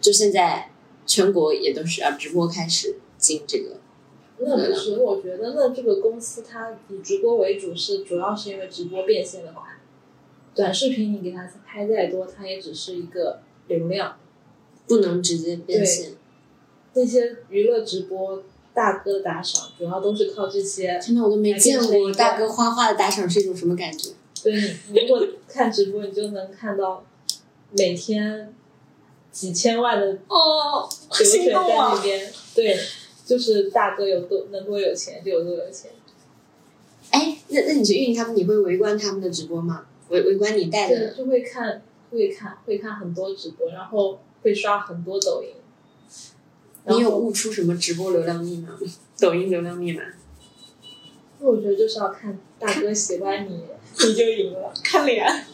[SPEAKER 3] 就现在全国也都是要啊直播开始进这个，
[SPEAKER 1] 那不是，我觉得那这个公司它以直播为主是主要是因为直播变现的快，短视频你给它拍再多，它也只是一个流量。
[SPEAKER 3] 不能直接变
[SPEAKER 1] 对
[SPEAKER 3] 现。
[SPEAKER 1] 那些娱乐直播大哥的打赏，主要都是靠这些
[SPEAKER 3] 天呐，我都没
[SPEAKER 1] 还变
[SPEAKER 3] 见
[SPEAKER 1] 成
[SPEAKER 3] 过
[SPEAKER 1] 一个
[SPEAKER 3] 大哥花花的打赏是一种什么感觉？
[SPEAKER 1] 所以你如果看直播，你就能看到每天几千万的流
[SPEAKER 3] 哦，
[SPEAKER 1] 水在那！边。对，就是大哥有多能多有钱就有多有钱。
[SPEAKER 3] 哎，那那你去运营他们，你会围观他们的直播吗？围围观你带
[SPEAKER 1] 对，
[SPEAKER 3] 的，
[SPEAKER 1] 就会看会看会看很多直播，然后会刷很多抖音。然
[SPEAKER 3] 你
[SPEAKER 1] 后
[SPEAKER 3] 有悟出什么直播流量密码吗？ 抖音流量密码？
[SPEAKER 1] 我觉得就是要看大哥喜欢你，你就赢了。
[SPEAKER 3] 看脸。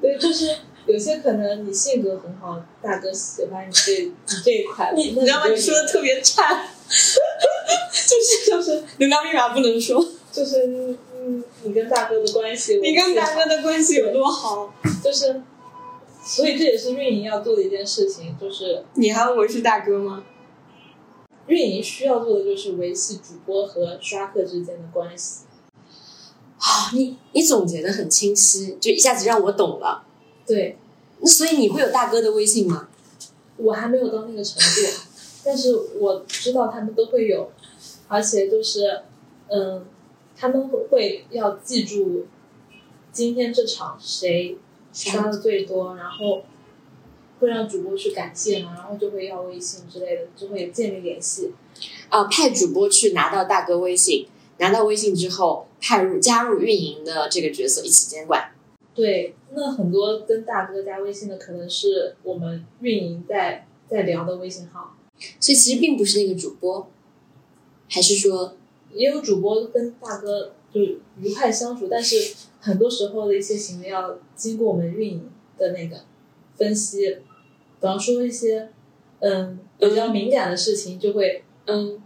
[SPEAKER 1] 对，就是有些可能你性格很好，大哥喜欢你这你这一块，
[SPEAKER 3] 你你知道吗？你说的特别差， 就是就是流量密码不能 说。
[SPEAKER 1] 就是嗯，你跟大哥的关系，
[SPEAKER 3] 你跟大哥的关系有多好？
[SPEAKER 1] 就是，所以这也是运营要做的一件事情，就是
[SPEAKER 3] 你还要我是大哥吗？
[SPEAKER 1] 运营需要做的就是维系主播和刷客之间的关系。
[SPEAKER 3] 啊、你你总结的很清晰，就一下子让我懂了。
[SPEAKER 1] 对
[SPEAKER 3] 那所以你会有大哥的微信吗？
[SPEAKER 1] 我还没有到那个程度，但是我知道他们都会有，而且就是，嗯，他们会要记住今天这场谁刷的最多，然后会让主播去感谢嘛，然后就会要微信之类的，就会建立联系。
[SPEAKER 3] 啊，派主播去拿到大哥微信，拿到微信之后派入加入运营的这个角色一起监管。
[SPEAKER 1] 对，那很多跟大哥加微信的，可能是我们运营在在聊的微信号，
[SPEAKER 3] 所以其实并不是那个主播，还是说
[SPEAKER 1] 也有主播跟大哥就愉快相处，但是很多时候的一些行为要经过我们运营的那个分析，比方说一些嗯比较敏感的事情，就会
[SPEAKER 3] 嗯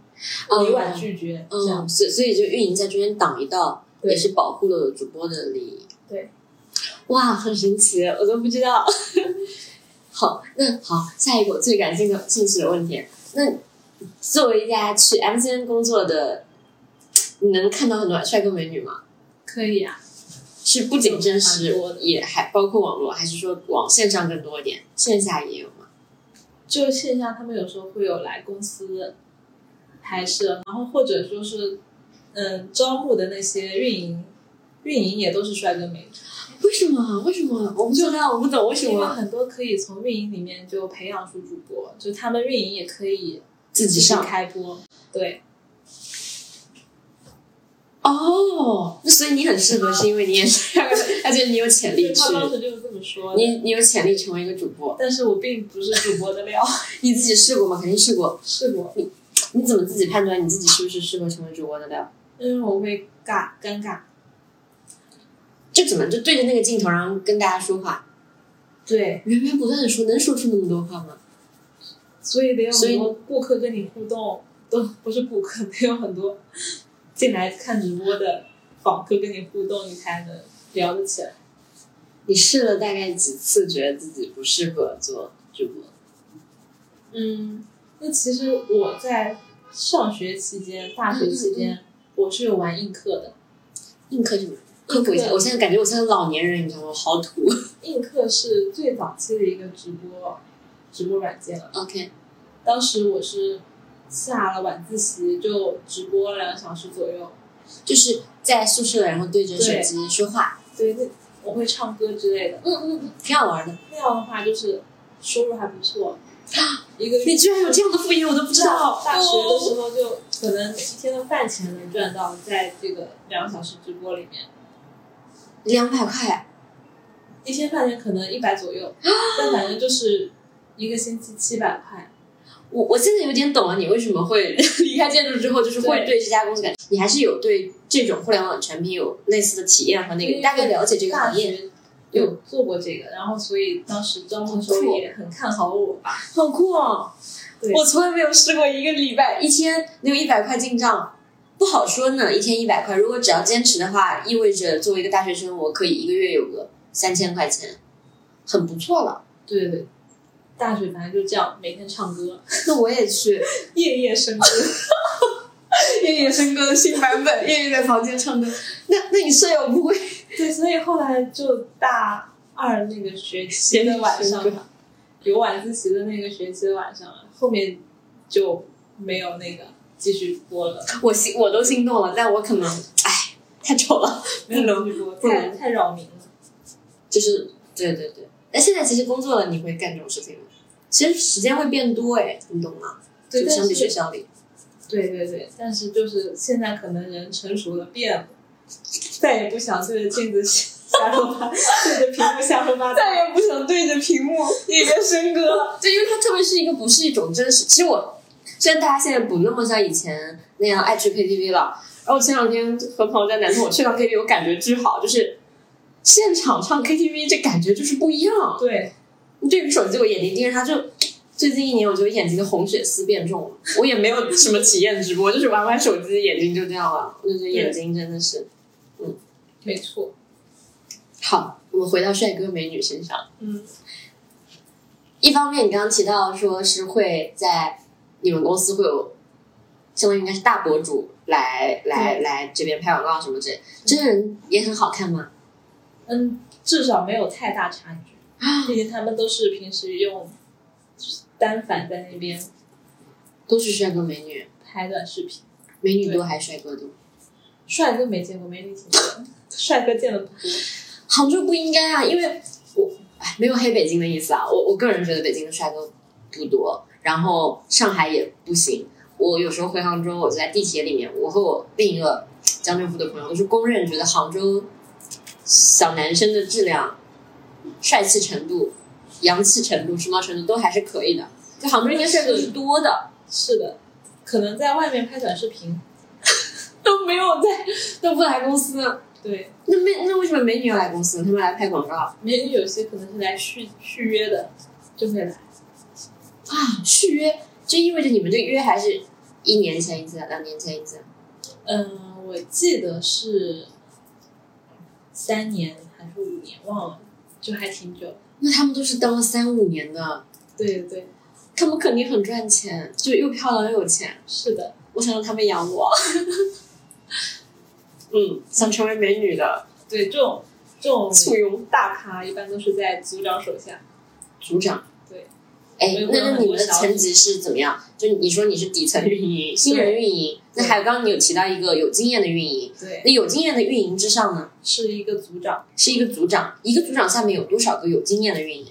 [SPEAKER 1] 委婉拒绝、这样
[SPEAKER 3] 嗯，。所以所以就运营在中间挡一道，
[SPEAKER 1] 对
[SPEAKER 3] 也是保护了主播的利益。
[SPEAKER 1] 对，
[SPEAKER 3] 哇，很神奇，我都不知道。 好，那好，下一个我最感兴趣兴趣的问题，那作为一家去 MCN 工作的，你能看到很多帅哥美女吗？
[SPEAKER 1] 可以啊，
[SPEAKER 3] 是不仅真实
[SPEAKER 1] 蛮多，的
[SPEAKER 3] 也还包括网络，还是说往线上更多一点，线下也有吗？
[SPEAKER 1] 就线下他们有时候会有来公司拍摄，然后或者说是嗯招募的那些运营，运营也都是帅哥美女。
[SPEAKER 3] 为什么？啊为什么？我不知道，我不懂为什
[SPEAKER 1] 因为
[SPEAKER 3] 么
[SPEAKER 1] 很多可以从运营里面就培养出主播，就他们运营也可以
[SPEAKER 3] 自
[SPEAKER 1] 自
[SPEAKER 3] 己
[SPEAKER 1] 己
[SPEAKER 3] 上
[SPEAKER 1] 开播。对，
[SPEAKER 3] 哦，那所以你很适合，是因为你也 是，而且你有潜力
[SPEAKER 1] 就
[SPEAKER 3] 去
[SPEAKER 1] 他，当时就是这么说
[SPEAKER 3] 你
[SPEAKER 1] 的。
[SPEAKER 3] 你有潜力成为一个主播。
[SPEAKER 1] 但是我并不是主播的料，
[SPEAKER 3] 你自己试过吗？肯定试过。
[SPEAKER 1] 是我，
[SPEAKER 3] 你怎么自己判断你自己是不是适合成为主播的料？
[SPEAKER 1] 因为我会尬尴尬。
[SPEAKER 3] 就怎么就对着那个镜头，然后跟大家说话，
[SPEAKER 1] 对，
[SPEAKER 3] 源源不断的说，能说出那么多话吗？
[SPEAKER 1] 所以得有
[SPEAKER 3] 所以
[SPEAKER 1] 很多顾客跟你互动，都 不是顾客，得有很多进来看直播的访客跟你互动，你才能聊得起来。
[SPEAKER 3] 你试了大概几次，觉得自己不适合做主播？
[SPEAKER 1] 嗯，那其实我在上学期间、大学期间，我是有玩映客的。
[SPEAKER 3] 硬科什么？科普一下，我现在感觉我像老年人，你知道吗？我好土。
[SPEAKER 1] 映客是最早期的一个直播直播软件了。
[SPEAKER 3] OK，
[SPEAKER 1] 当时我是下了晚自习就直播两个小时左右。
[SPEAKER 3] 就是在宿舍，然后对着手机说话，
[SPEAKER 1] 对，那我会唱歌之类的。
[SPEAKER 3] 嗯嗯嗯，挺好玩的。
[SPEAKER 1] 那样的话就是收入还不错， 一个月
[SPEAKER 3] 你居然有这样的副业，我都不知道。
[SPEAKER 1] 大学的时候就可能一天的饭钱能赚到，在这个两个小时直播里面。
[SPEAKER 3] 两百块，
[SPEAKER 1] 一天饭店可能一百左 右，但反正就是一个星期七百块。
[SPEAKER 3] 我我现在有点懂啊了，你为什么会 离开建筑之后，就是会
[SPEAKER 1] 对
[SPEAKER 3] 对这家公司感，你还是有对这种互联网产品有类似的体验和那
[SPEAKER 1] 因
[SPEAKER 3] 个
[SPEAKER 1] 为
[SPEAKER 3] 大概了解这个
[SPEAKER 1] 大
[SPEAKER 3] 行业，
[SPEAKER 1] 学有做过这个，然后所以当时招募的时
[SPEAKER 3] 很
[SPEAKER 1] 候
[SPEAKER 3] 酷
[SPEAKER 1] 也很看好我吧。
[SPEAKER 3] 好酷哦！
[SPEAKER 1] 对
[SPEAKER 3] 我从来没有试过一个礼拜一天能有一百块进账，不好说呢。一天一百块，如果只要坚持的话，意味着作为一个大学生，我可以一个月有个三千块钱，很不错了。
[SPEAKER 1] 对对，大学反正就这样，每天唱歌，
[SPEAKER 3] 那我也去，
[SPEAKER 1] 夜夜笙歌。
[SPEAKER 3] 夜夜笙歌的新版本，夜夜在房间唱歌。那那你舍友不会？
[SPEAKER 1] 对，所以后来就大二那个学期的晚上
[SPEAKER 3] 先去
[SPEAKER 1] 吧，有晚自习的那个学期的晚上，后面就没有那个继续播了，
[SPEAKER 3] 我心我都心动了，但我可能哎太丑了，不
[SPEAKER 1] 没有
[SPEAKER 3] 能。
[SPEAKER 1] 继续播，
[SPEAKER 3] 不能
[SPEAKER 1] 太太扰民了。
[SPEAKER 3] 就是对对对。那现在其实工作了，你会干这种事情吗？其实时间会变多哎，你懂吗？
[SPEAKER 1] 对，
[SPEAKER 3] 就
[SPEAKER 1] 但
[SPEAKER 3] 相比
[SPEAKER 1] 是
[SPEAKER 3] 学校里，
[SPEAKER 1] 对对对，但是就是现在可能人成熟了，变了，再也不想对着镜子瞎说吧，对着屏幕瞎说八道。
[SPEAKER 3] 再哎也不想对着屏幕一边笙 歌。对，因为它特别是一个不是一种真实。其实我虽然大家现在不那么像以前那样爱去 KTV 了，然后我前两天和朋友在南通，我去趟 KTV，我感觉巨好，就是现场唱 KTV 这感觉就是不一样。
[SPEAKER 1] 对，
[SPEAKER 3] 你对比手机，我眼睛盯着它就。最近一年，我觉得眼睛的红血丝变重了， 我也没有什么体验直播，就是玩玩手机，眼睛就这样了。我就觉得眼睛真的是
[SPEAKER 1] 没错。
[SPEAKER 3] 好。我们回到帅哥美女身上。
[SPEAKER 1] 嗯，
[SPEAKER 3] 一方面，你刚刚提到说是会在你们公司会有，相当于应该是大博主来来来这边拍广告什么之类，真人也很好看吗？
[SPEAKER 1] 嗯，至少没有太大差距，
[SPEAKER 3] 啊
[SPEAKER 1] 毕竟他们都是平时用单反在那边
[SPEAKER 3] 都是帅哥美女，
[SPEAKER 1] 拍短视频，
[SPEAKER 3] 美女多还是帅哥多？
[SPEAKER 1] 帅哥没见过，美女见过，帅哥见的不多。
[SPEAKER 3] 杭州不应该啊，因为我哎没有黑北京的意思啊，我我个人觉得北京的帅哥不多，然后上海也不行。我有时候回杭州，我就在地铁里面，我和我另一个江浙沪的朋友都是公认觉得杭州小男生的质量、帅气程度、洋气程度、时髦程度都还是可以的。就杭州应该帅哥是多的，
[SPEAKER 1] 是的，可能在外面拍短视频，
[SPEAKER 3] 都没有在都不来公司，
[SPEAKER 1] 对，
[SPEAKER 3] 那没那为什么美女要来公司？ 他们来拍广告啊？
[SPEAKER 1] 美女有些可能是来续续约的，就会来。
[SPEAKER 3] 续约就意味着你们这个约还是一年前一次，啊两年前一次，
[SPEAKER 1] 嗯，我记得是三年还是五年，忘了，就还挺久。
[SPEAKER 3] 那他们都是当了三五年的，
[SPEAKER 1] 对对，
[SPEAKER 3] 他们肯定很赚钱，就又漂亮又有钱。
[SPEAKER 1] 是的，
[SPEAKER 3] 我想让他们养 我，嗯，想成为美女的
[SPEAKER 1] 对这种这种
[SPEAKER 3] 簇拥
[SPEAKER 1] 大咖一般都是在组长手下。
[SPEAKER 3] 组长。
[SPEAKER 1] 对，
[SPEAKER 3] 哎
[SPEAKER 1] 我也，会
[SPEAKER 3] 那
[SPEAKER 1] 有
[SPEAKER 3] 那
[SPEAKER 1] 很
[SPEAKER 3] 你
[SPEAKER 1] 多
[SPEAKER 3] 们的
[SPEAKER 1] 小组
[SPEAKER 3] 层级是怎么样？就你说你是底层运营、新人运营，那还有刚刚你有提到一个有经验的运营，
[SPEAKER 1] 对，
[SPEAKER 3] 那有经验的运营之上呢，
[SPEAKER 1] 是一个组长。
[SPEAKER 3] 是一个组长，一个组长下面有多少个有经验的运营？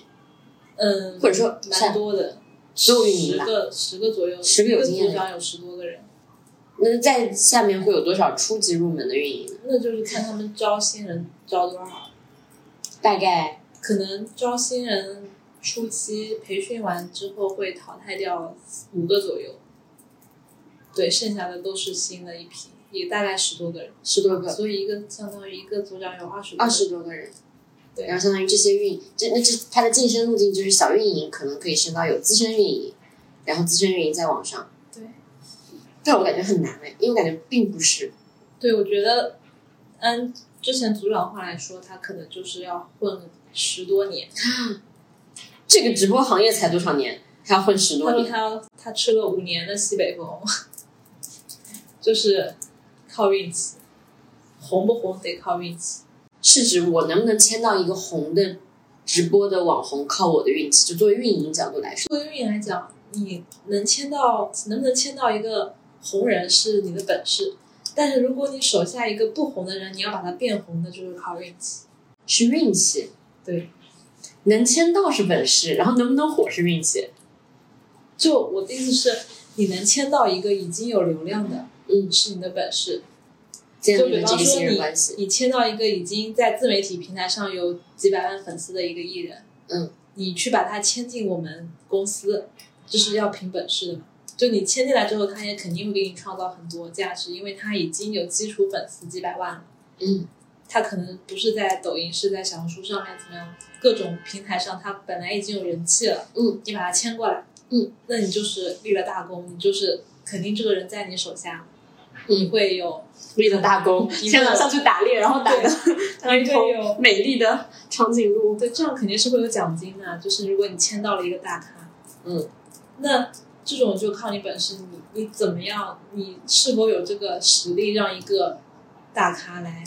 [SPEAKER 1] 嗯，
[SPEAKER 3] 或者说
[SPEAKER 1] 蛮多的，
[SPEAKER 3] 所有运营
[SPEAKER 1] 十
[SPEAKER 3] 吧
[SPEAKER 1] 个十个左右，
[SPEAKER 3] 十个有
[SPEAKER 1] 一
[SPEAKER 3] 经验的
[SPEAKER 1] 组长有十多个人，
[SPEAKER 3] 那在下面会有多少初级入门的运营呢？
[SPEAKER 1] 那就是看他们招新人招多少。
[SPEAKER 3] 大概
[SPEAKER 1] 可能招新人初期培训完之后会淘汰掉五个左右，对，剩下的都是新的一批，也大概十多个人，
[SPEAKER 3] 十多个，
[SPEAKER 1] 所以一个相当于一个组长有二十
[SPEAKER 3] 嗯二十多个人。
[SPEAKER 1] 对
[SPEAKER 3] 然后相当于这些运，这那这它的晋升路径就是小运营可能可以升到有资深运营，然后资深运营再往上。
[SPEAKER 1] 对，
[SPEAKER 3] 但我感觉很难哎，因为我感觉并不是
[SPEAKER 1] 对，我觉得按之前组长话来说，他可能就是要混十多年。
[SPEAKER 3] 这个直播行业才多少年，还要混十
[SPEAKER 1] 他
[SPEAKER 3] 多
[SPEAKER 1] 说
[SPEAKER 3] 年，
[SPEAKER 1] 他要他吃了五年的西北风， 就是靠运气，红不红得靠运气。
[SPEAKER 3] 是指我能不能签到一个红的直播的网红，靠我的运气。就作为运营角度来说，
[SPEAKER 1] 作为运营来讲，你能签到，能不能签到一个红人是你的本事，但是如果你手下一个不红的人，你要把他变红，那就是靠运气。
[SPEAKER 3] 是运气，
[SPEAKER 1] 对，
[SPEAKER 3] 能签到是本事，然后能不能火是运气。
[SPEAKER 1] 就我的意思是，你能签到一个已经有流量的，
[SPEAKER 3] 嗯，
[SPEAKER 1] 是你的本事。
[SPEAKER 3] 建
[SPEAKER 1] 就
[SPEAKER 3] 立
[SPEAKER 1] 比
[SPEAKER 3] 了这
[SPEAKER 1] 方
[SPEAKER 3] 个
[SPEAKER 1] 说
[SPEAKER 3] 信任
[SPEAKER 1] 你
[SPEAKER 3] 关系。
[SPEAKER 1] 你签到一个已经在自媒体平台上有几百万粉丝的一个艺人，
[SPEAKER 3] 嗯，
[SPEAKER 1] 你去把他签进我们公司，这是要凭本事的嘛。就你签进来之后，他也肯定会给你创造很多价值，因为他已经有基础粉丝几百万了。
[SPEAKER 3] 嗯，
[SPEAKER 1] 他可能不是在抖音，是在小红书上面怎么样，各种平台上，他本来已经有人气了。
[SPEAKER 3] 嗯，
[SPEAKER 1] 你把他签过来，
[SPEAKER 3] 嗯，
[SPEAKER 1] 那你就是立了大功，你就是肯定这个人在你手下，
[SPEAKER 3] 嗯
[SPEAKER 1] 你会有
[SPEAKER 3] 立了大功，
[SPEAKER 1] 你
[SPEAKER 3] 天哪！上去打猎，然后打的 打一头
[SPEAKER 1] 对有
[SPEAKER 3] 美丽的长颈鹿。
[SPEAKER 1] 对，这样肯定是会有奖金的、就是如果你签到了一个大咖，
[SPEAKER 3] 嗯，
[SPEAKER 1] 那这种就靠你本事，你你怎么样，你是否有这个实力让一个大咖来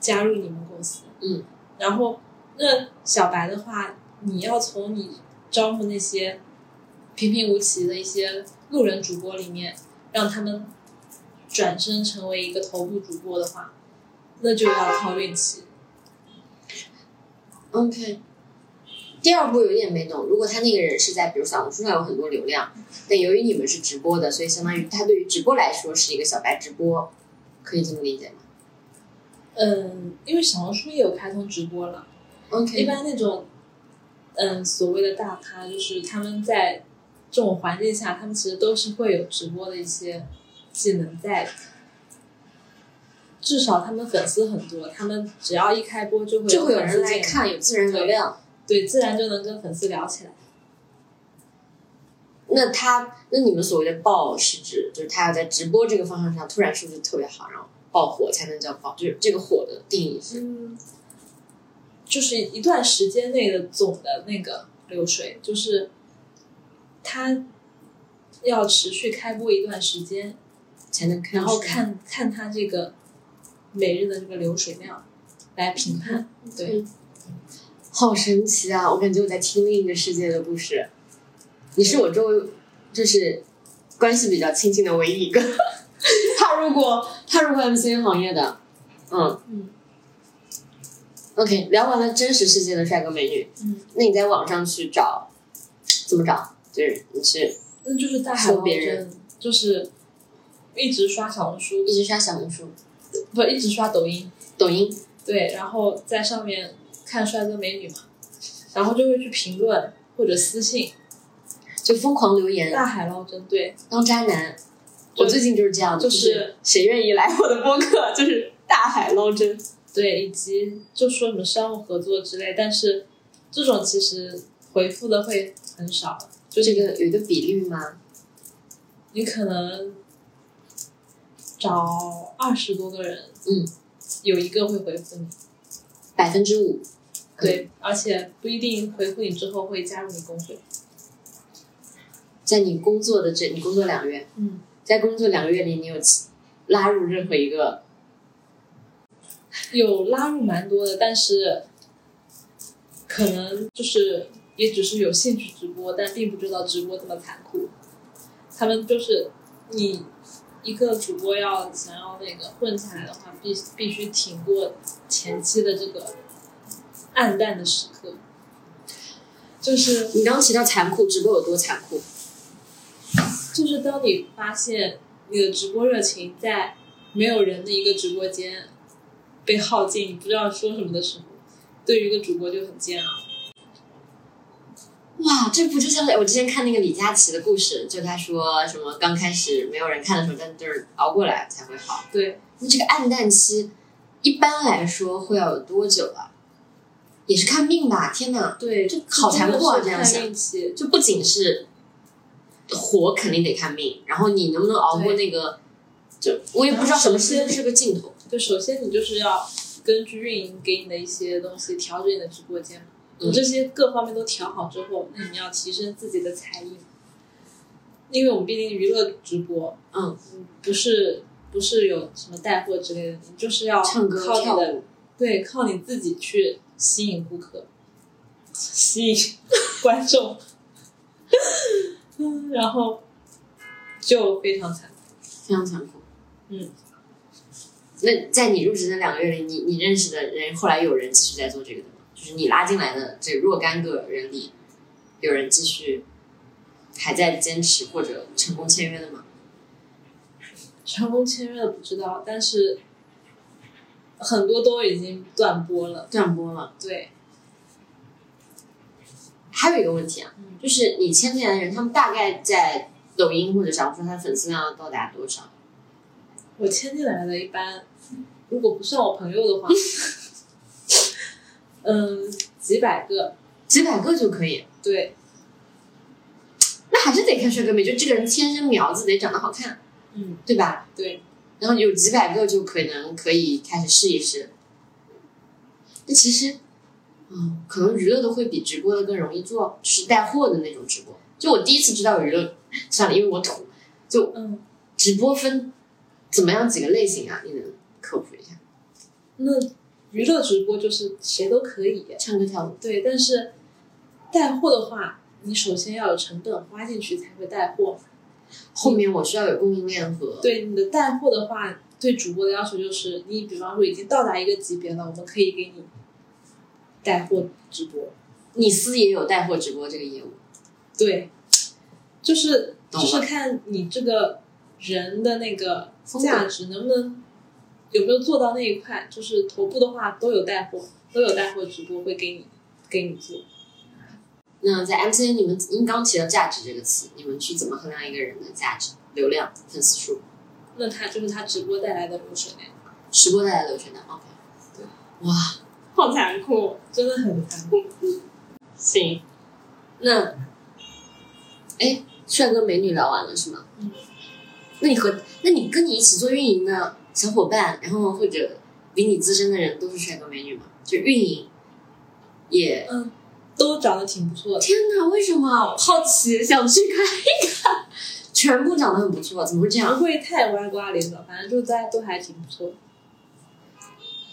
[SPEAKER 1] 加入你们公司？
[SPEAKER 3] 嗯，
[SPEAKER 1] 然后那小白的话，你要从你招募那些平平无奇的一些路人主播里面，让他们转身成为一个头部主播的话，那就要靠运气。
[SPEAKER 3] OK。第二步有点没懂，如果他那个人是在比如小红书上有很多流量，但由于你们是直播的，所以相当于他对于直播来说是一个小白直播，可以这么理解吗？
[SPEAKER 1] 嗯，因为小红书也有开通直播了，一
[SPEAKER 4] ，OK，
[SPEAKER 1] 般那种，嗯，所谓的大咖，就是他们在这种环境下，他们其实都是会有直播的一些技能在的。至少他们粉丝很多，他们只要一开播就会
[SPEAKER 3] 就会有
[SPEAKER 1] 粉丝
[SPEAKER 3] 人来
[SPEAKER 1] 进
[SPEAKER 3] 看，有自然流量。
[SPEAKER 1] 对，自然就能跟粉丝聊起来。
[SPEAKER 3] 那他，那你们所谓的爆是指，就是他要在直播这个方向上突然数据特别好，然后爆火才能叫爆，就是这个火的定义是
[SPEAKER 1] 嗯，就是一段时间内的总的那个流水，就是它要持续开播一段时间，
[SPEAKER 3] 才能看，
[SPEAKER 1] 然后，看看它这个每日的这个流水量来评判。
[SPEAKER 3] 嗯
[SPEAKER 1] 对，
[SPEAKER 3] 好神奇啊！我感觉我在听另一个世界的故事。你是我周围就是关系比较亲近的唯一一个。 他如果他如果 MCN 行业的，嗯
[SPEAKER 1] 嗯
[SPEAKER 3] OK，聊完了真实世界的帅哥美女，
[SPEAKER 1] 嗯，
[SPEAKER 3] 那你在网上去找怎么找？就是你是
[SPEAKER 1] 那就是大海
[SPEAKER 3] 说
[SPEAKER 1] 捞
[SPEAKER 3] 别人
[SPEAKER 1] 针，就是一直刷小红书，
[SPEAKER 3] 一直刷小红书、
[SPEAKER 1] 不一直刷抖音，
[SPEAKER 3] 抖音，
[SPEAKER 1] 对，然后在上面看帅哥美女嘛，然后就会去评论或者私信，
[SPEAKER 3] 就疯狂留言
[SPEAKER 1] 大海捞针，对。啊
[SPEAKER 3] 当渣男。
[SPEAKER 1] 就
[SPEAKER 3] 我最近就是这样，
[SPEAKER 1] 就
[SPEAKER 3] 就是是谁愿意来我的播客，就是大海捞针。
[SPEAKER 1] 对，以及就说什么商务合作之类，但是这种其实回复的会很少，就是
[SPEAKER 3] 这个有一个比率吗？
[SPEAKER 1] 你可能找二十多个人，
[SPEAKER 3] 嗯，
[SPEAKER 1] 有一个会回复你，
[SPEAKER 3] 百分之五。
[SPEAKER 1] 对，而且不一定回复你之后会加入你工会，
[SPEAKER 3] 在你工作的这，你工作两个月，
[SPEAKER 1] 嗯，
[SPEAKER 3] 在工作两个月里，你有其拉入任何一个
[SPEAKER 1] 有拉入蛮多的，但是可能就是也只是有兴趣直播，但并不知道直播这么残酷。他们就是你一个主播要想要那个混下来的话，必必须挺过前期的这个暗淡的时刻，就是
[SPEAKER 3] 你刚刚提到残酷，直播有多残酷？
[SPEAKER 1] 就是当你发现你的直播热情在没有人的一个直播间被耗尽，你不知道说什么的时候，对于一个主播就很煎熬。
[SPEAKER 3] 哇，这不就像我之前看那个李佳琦的故事，就他说什么刚开始没有人看的时候，但就是熬过来才会好。
[SPEAKER 1] 对，
[SPEAKER 3] 那这个暗淡期，一般来说会要有多久啊？也是看命吧！天哪，
[SPEAKER 1] 对，
[SPEAKER 3] 这好残酷啊
[SPEAKER 1] 真的是
[SPEAKER 3] 这样想
[SPEAKER 1] 看运气，
[SPEAKER 3] 就不仅是火肯定得看命，然后你能不能熬过
[SPEAKER 1] 对
[SPEAKER 3] 那个，就我也不知道什么时间是个尽头。
[SPEAKER 1] 就首先你就是要根据运营给你的一些东西调整你的直播间嘛。
[SPEAKER 3] 嗯
[SPEAKER 1] 你这些各方面都调好之后，那你要提升自己的才艺，因为我们毕竟娱乐直播，
[SPEAKER 3] 嗯，
[SPEAKER 1] 不是不是有什么带货之类的，你就是要
[SPEAKER 3] 唱歌
[SPEAKER 1] 靠
[SPEAKER 3] 跳
[SPEAKER 1] 你的对，靠你自己去吸引顾客， 吸引观众，嗯，然后就非常惨。
[SPEAKER 3] 非常残酷。
[SPEAKER 1] 嗯，
[SPEAKER 3] 那在你入职的两个月里，你你认识的人，后来有人继续在做这个的吗？就是你拉进来的这若干个人里，有人继续还在坚持或者成功签约的吗？
[SPEAKER 1] 成功签约的不知道，但是很多都已经断播了。
[SPEAKER 3] 断播了。
[SPEAKER 1] 对，
[SPEAKER 3] 还有一个问题啊，
[SPEAKER 1] 嗯
[SPEAKER 3] 就是你签进来的人，他们大概在抖音或者小红书，他粉丝量要到达多少？
[SPEAKER 1] 我签进来的一般，如果不算我朋友的 话，嗯，几百个。
[SPEAKER 3] 几百个就可以。
[SPEAKER 1] 对，
[SPEAKER 3] 那还是得看帅哥美，就这个人天生苗子得长得好看，
[SPEAKER 1] 嗯，
[SPEAKER 3] 对吧？
[SPEAKER 1] 对，
[SPEAKER 3] 然后有几百个就可能可以开始试一试。那其实，嗯，可能娱乐的会比直播的更容易做，就是带货的那种直播。就我第一次知道娱乐，算了，因为我土。就
[SPEAKER 1] 嗯，
[SPEAKER 3] 直播分怎么样几个类型啊？你能科普一下？
[SPEAKER 1] 那娱乐直播就是谁都可以。
[SPEAKER 3] 唱歌跳舞，
[SPEAKER 1] 对，但是带货的话，你首先要有成本花进去才会带货。
[SPEAKER 3] 后面我需要有供应链和
[SPEAKER 1] 对你的带货的话，对主播的要求就是，你比方说已经到达一个级别了，我们可以给你带货直播。
[SPEAKER 3] 你司也有带货直播这个业务。
[SPEAKER 1] 对，就是
[SPEAKER 3] 懂
[SPEAKER 1] 就
[SPEAKER 3] 了
[SPEAKER 1] 是看你这个人的那个
[SPEAKER 3] 风格
[SPEAKER 1] 价值能不能有没有做到那一块？就是头部的话，都有带货，都有带货直播会给你给你做。
[SPEAKER 3] 那在 MCN，你们您刚提到价值这个词，你们是怎么衡量一个人的价值？流量、粉丝数、
[SPEAKER 1] 那它就是它直播带来的流水量，
[SPEAKER 3] 直播带来的流水量？OK，
[SPEAKER 1] 对，
[SPEAKER 3] 哇，
[SPEAKER 1] 好残酷，真的很残酷。
[SPEAKER 3] 行，那，哎，帅哥美女聊完了是吗？
[SPEAKER 1] 嗯。
[SPEAKER 3] 那你和那你跟你一起做运营的小伙伴，然后或者比你资深的人，都是帅哥美女吗？就运营也，
[SPEAKER 1] 嗯，都长得挺不错的。
[SPEAKER 3] 天哪，为什么？好奇，想去看一看。 全部长得很不错，怎么会这样？
[SPEAKER 1] 不会太歪瓜裂枣，反正就大家都还挺不错的。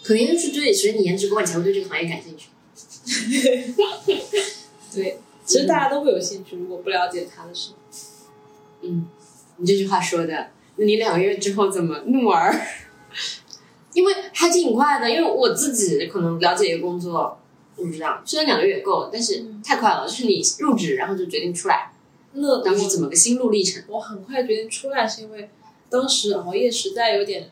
[SPEAKER 3] 肯定是对，随着你颜值高，你才会对这个行业感兴趣。
[SPEAKER 1] 对，其实大家都会有兴趣，如果不了解他的事，
[SPEAKER 3] 嗯，你这句话说的，你两个月之后怎么怒儿？ 因为还挺快的，因为我自己可能了解一个工作，我不知道，虽然两个月也够了，但是
[SPEAKER 1] 嗯
[SPEAKER 3] 太快了，就是你入职然后就决定出来，
[SPEAKER 1] 那
[SPEAKER 3] 当时怎么个心路历程？
[SPEAKER 1] 我很快决定出来，是因为当时熬夜实在有点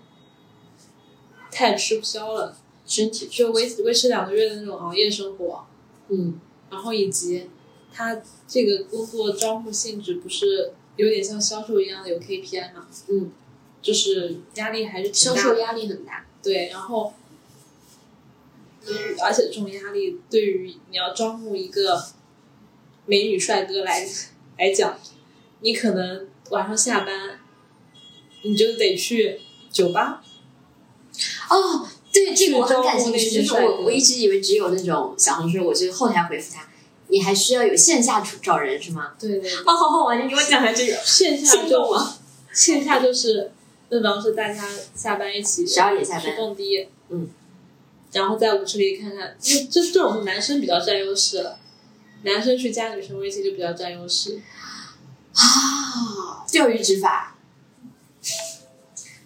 [SPEAKER 1] 太吃不消了，
[SPEAKER 3] 身体，
[SPEAKER 1] 就维维持两个月的那种熬夜生活，
[SPEAKER 3] 嗯
[SPEAKER 1] 然后以及他这个工作招募性质不是有点像销售一样的有 KPI 嘛，
[SPEAKER 3] 嗯，
[SPEAKER 1] 就是压力还是挺大
[SPEAKER 3] 销
[SPEAKER 1] 的
[SPEAKER 3] 售。压力很大，
[SPEAKER 1] 对，然后对于而且这种压力对于你要招募一个美女帅哥来来讲，你可能晚上下班你就得去酒吧，
[SPEAKER 3] 哦，对这个我很感兴
[SPEAKER 1] 是招募那些
[SPEAKER 3] 趣，就是
[SPEAKER 1] 帅
[SPEAKER 3] 我
[SPEAKER 1] 哥
[SPEAKER 3] 我一直以为只有那种小红书，我就后台回复他，你还需要有线下找人是吗？
[SPEAKER 1] 对对，
[SPEAKER 3] 哦，好好玩，你给我讲下这个，
[SPEAKER 1] 线下
[SPEAKER 3] 心动啊
[SPEAKER 1] 就
[SPEAKER 3] 了，
[SPEAKER 1] 线下就是，就比方说大家下班一起
[SPEAKER 3] 12点下班
[SPEAKER 1] 去蹦迪，
[SPEAKER 3] 嗯，
[SPEAKER 1] 然后在舞池里看看，因为这这种男生比较占优势了，男生去加女生微信就比较占优势，
[SPEAKER 3] 啊，钓鱼执法。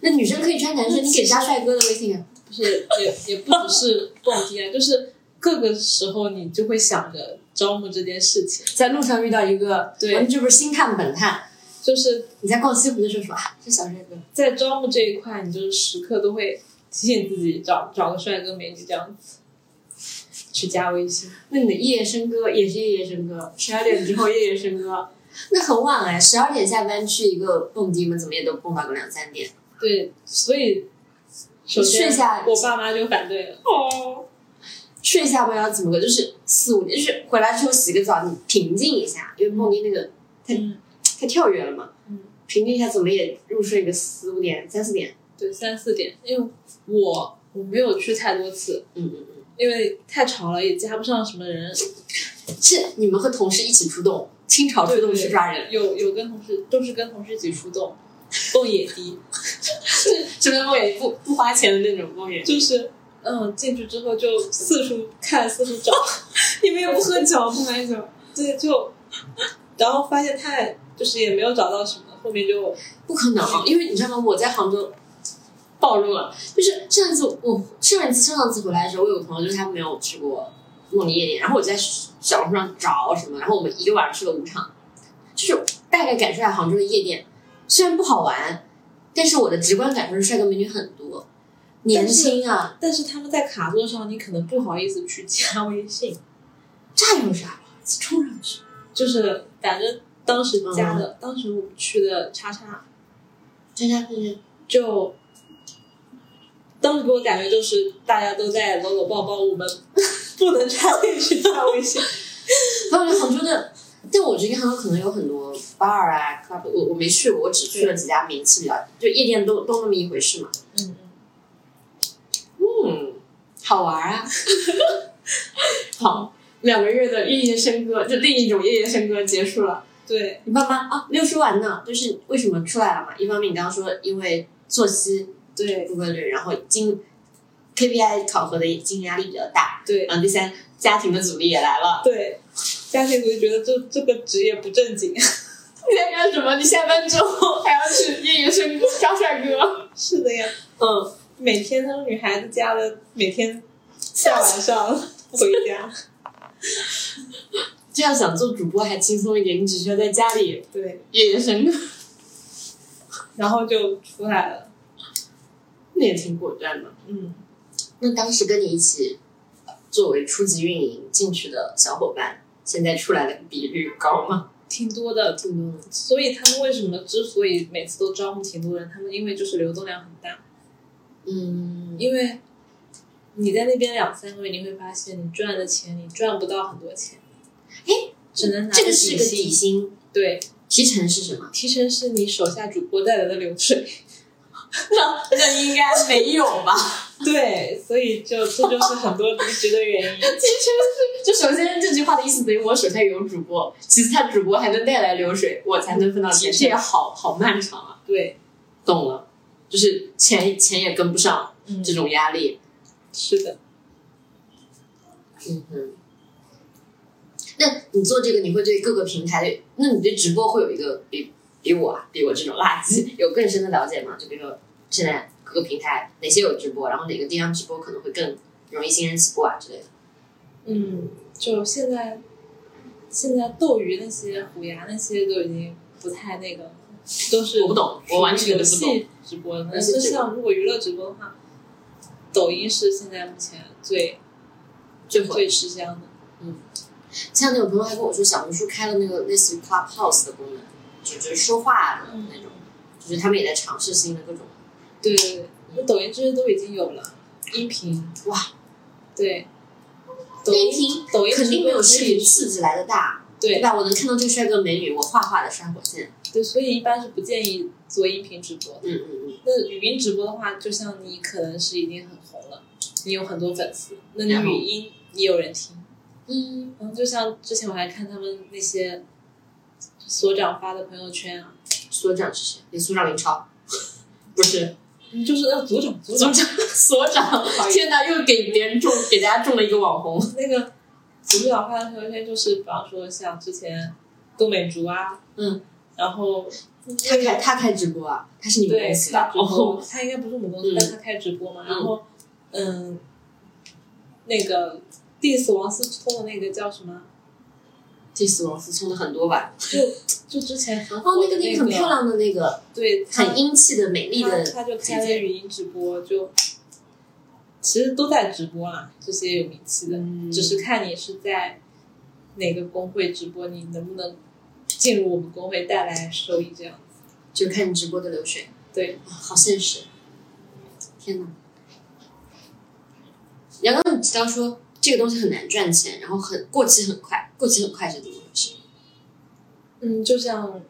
[SPEAKER 3] 那女生可以穿男生，你给加帅哥的微信啊。
[SPEAKER 1] 不是也也不只是蹦迪啊，就是各个时候你就会想着招募这件事情，
[SPEAKER 3] 在路上遇到一个，
[SPEAKER 1] 对
[SPEAKER 3] 我们这不是星探本探？
[SPEAKER 1] 就是
[SPEAKER 3] 你在逛西湖的时候说啊，这小帅哥，
[SPEAKER 1] 在招募这一块，你就是时刻都会提醒自己找找个帅哥美女这样子去加微信。
[SPEAKER 3] 那你的夜夜笙歌也是夜夜笙歌，十二点之后夜夜笙歌， 那很晚哎，十二点下班去一个蹦迪嘛，怎么也都蹦到个两三点。
[SPEAKER 1] 对，所以首先
[SPEAKER 3] 睡下
[SPEAKER 1] 我爸妈就反对了。
[SPEAKER 3] 哦，睡下班要怎么个？就是四五点，就是回来之后洗个澡，你平静一下，因为蹦迪那个
[SPEAKER 1] 嗯，
[SPEAKER 3] 太跳跃了嘛。
[SPEAKER 1] 嗯，
[SPEAKER 3] 平静一下怎么也入睡个四五点、三四点。
[SPEAKER 1] 对，三四点，因为我我没有去太多次，
[SPEAKER 3] 嗯嗯。
[SPEAKER 1] 因为太吵了，也加不上什么人。
[SPEAKER 3] 是你们和同事一起出动，倾巢出动去抓人，
[SPEAKER 1] 有有跟同事都是跟同事一起出动，蹦野迪。
[SPEAKER 3] 就是梦也不不花钱的那种梦魇。
[SPEAKER 1] 就是嗯，进去之后就四处看，四处找，
[SPEAKER 3] 你们也不喝酒，不买酒，
[SPEAKER 1] 对，就 然后发现太就是也没有找到什么，后面就
[SPEAKER 3] 不可能，因为你知道吗？我在杭州暴露了，就是上一次我上一次上上次回来的时候，我有个朋友就是他没有去过梦里夜店，然后我在小红书上找什么，然后我们一个晚上去了五场，就是大概感受一下杭州的夜店，虽然不好玩，但是我的直观感受是帅哥美女很多，年轻啊，
[SPEAKER 1] 但是他们在卡座上，你可能不好意思去加微信，
[SPEAKER 3] 这有啥？冲上去。
[SPEAKER 1] 就是反正当时加的，当时我们去的叉叉
[SPEAKER 3] 真的真的，
[SPEAKER 1] 就。当时给我感觉就是大家都在搂搂抱抱，我们 不能插进去加微信。
[SPEAKER 3] 还有杭州的，但我觉得杭州可能有很多 bar 啊 club，我我没去过，我只去了几家名气比较，就夜店都都那么一回事嘛。
[SPEAKER 1] 嗯，
[SPEAKER 3] 嗯，好玩啊。 好，两个月的夜夜笙歌，就另一种夜夜笙歌结束了。
[SPEAKER 1] 对，
[SPEAKER 3] 你爸妈啊，没有说完呢，就是为什么出来了嘛？一方面你刚刚说因为作息
[SPEAKER 1] 对，
[SPEAKER 3] 不规律，然后经 KPI 考核的竞争压力比较大，
[SPEAKER 1] 对，
[SPEAKER 3] 然后第三家庭的阻力也来了。
[SPEAKER 1] 对。家庭组就觉得这这个职业不正经，
[SPEAKER 3] 你在干什么？你下班之后还要去夜夜笙歌找帅哥？
[SPEAKER 1] 是的呀，
[SPEAKER 3] 嗯，
[SPEAKER 1] 每天都是女孩子家的，每天下晚上回家。
[SPEAKER 3] 这样想做主播还轻松一点，你只需要在家里
[SPEAKER 1] 对，
[SPEAKER 3] 夜夜笙歌。
[SPEAKER 1] 然后就出来了。
[SPEAKER 3] 那也挺果断的。
[SPEAKER 1] 嗯，
[SPEAKER 3] 那当时跟你一起呃作为初级运营进去的小伙伴，现在出来的比率高吗？
[SPEAKER 1] 挺多的，
[SPEAKER 3] 挺多的。
[SPEAKER 1] 所以他们为什么之所以每次都招募挺多人，他们因为就是流动量很大，
[SPEAKER 3] 嗯，
[SPEAKER 1] 因为你在那边两三个月，你会发现你赚的钱你赚不到很多钱，
[SPEAKER 3] 哎，
[SPEAKER 1] 只能拿
[SPEAKER 3] 这个是
[SPEAKER 1] 底
[SPEAKER 3] 个
[SPEAKER 1] 薪
[SPEAKER 3] 底薪，
[SPEAKER 1] 对，
[SPEAKER 3] 提成是什么？
[SPEAKER 1] 提成是你手下主播带来的流水，
[SPEAKER 3] 那应该没有吧？
[SPEAKER 1] 对，所以就这就是很多离职的原因。
[SPEAKER 3] 其实是，就首先这句话的意思等于我手下有主播，其次他主播还能带来流水，我才能分到钱，这也好好漫长啊。
[SPEAKER 1] 对，
[SPEAKER 3] 懂了，就是钱钱也跟不上
[SPEAKER 1] 嗯
[SPEAKER 3] 这种压力。
[SPEAKER 1] 是的，
[SPEAKER 3] 嗯哼。那你做这个，你会对各个平台的，那你对直播会有一个比比我啊，比我这种垃圾有更深的了解吗？就比如说现在各个平台哪些有直播，然后哪个地方直播可能会更容易新人起步啊之类的。
[SPEAKER 1] 嗯，就现在，现在斗鱼那些、虎牙那些都已经不太那个了，都是
[SPEAKER 3] 我不懂，我完全
[SPEAKER 1] 游
[SPEAKER 3] 都不懂。
[SPEAKER 1] 戏直播的。
[SPEAKER 3] 游
[SPEAKER 1] 但
[SPEAKER 3] 戏
[SPEAKER 1] 是
[SPEAKER 3] 直播
[SPEAKER 1] 像如果娱乐直播的话，抖音是现在目前最
[SPEAKER 3] 最后，
[SPEAKER 1] 最吃香的。
[SPEAKER 3] 前两天有朋友还跟我说，小红书开了那个类似于 Clubhouse 的功能，就就是说话的
[SPEAKER 1] 嗯
[SPEAKER 3] 那种，就是他们也在尝试新的各种。
[SPEAKER 1] 对对对，那抖音这些都已经有了，音频
[SPEAKER 3] 哇，
[SPEAKER 1] 对，抖音
[SPEAKER 3] 频
[SPEAKER 1] 抖音
[SPEAKER 3] 肯定没有视频
[SPEAKER 1] 是
[SPEAKER 3] 刺激来的大，对
[SPEAKER 1] 对
[SPEAKER 3] 吧？我能看到这个帅哥美女，我画画的刷火箭。
[SPEAKER 1] 对，所以一般是不建议做音频直播的。
[SPEAKER 3] 嗯嗯嗯，
[SPEAKER 1] 那语音直播的话，就像你可能是已经很红了，你有很多粉丝，那你
[SPEAKER 3] 然后
[SPEAKER 1] 语音也有人听。
[SPEAKER 3] 嗯，
[SPEAKER 1] 然后就像之前我还看他们那些所长发的朋友圈啊，
[SPEAKER 3] 所长是谁？你所长林超？ 不是
[SPEAKER 1] 嗯就是那个组长组
[SPEAKER 3] 所
[SPEAKER 1] 长
[SPEAKER 3] 长，所长
[SPEAKER 1] 好意！思
[SPEAKER 3] 天哪，又给别人中，给大家中了一个网红。
[SPEAKER 1] 那个组长发的朋友圈，就是比方说像之前杜美竹啊，
[SPEAKER 3] 嗯，
[SPEAKER 1] 然后
[SPEAKER 3] 他开他开直播啊，他是你们
[SPEAKER 1] 对
[SPEAKER 3] 公司
[SPEAKER 1] 他
[SPEAKER 3] 的
[SPEAKER 1] 直
[SPEAKER 3] 哦。
[SPEAKER 1] 播，他应该不是我们公司
[SPEAKER 3] 嗯，
[SPEAKER 1] 但他开直播嘛，
[SPEAKER 3] 嗯
[SPEAKER 1] 然后嗯，那个 diss 王思聪的那个叫什么？
[SPEAKER 3] 这死王思聪的很多吧？
[SPEAKER 1] 就就之前很
[SPEAKER 3] 哦，
[SPEAKER 1] 火
[SPEAKER 3] 那
[SPEAKER 1] 的
[SPEAKER 3] 个那
[SPEAKER 1] 那
[SPEAKER 3] 个很漂亮的那个，
[SPEAKER 1] 对，他
[SPEAKER 3] 很英气的美丽
[SPEAKER 1] 他
[SPEAKER 3] 的
[SPEAKER 1] 啊他就
[SPEAKER 3] 姐
[SPEAKER 1] 开了
[SPEAKER 3] 姐。
[SPEAKER 1] 语音直播，就其实都在直播啦，这些有名气的，
[SPEAKER 3] 嗯
[SPEAKER 1] 只是看你是在哪个工会直播，你能不能进入我们工会带来收益这样子。
[SPEAKER 3] 就看你直播的流水。
[SPEAKER 1] 对，
[SPEAKER 3] 啊好现实！天哪！杨刚，你提到说这个东西很难赚钱，然后很过期很快，过期很快是怎么回事？
[SPEAKER 1] 嗯，就像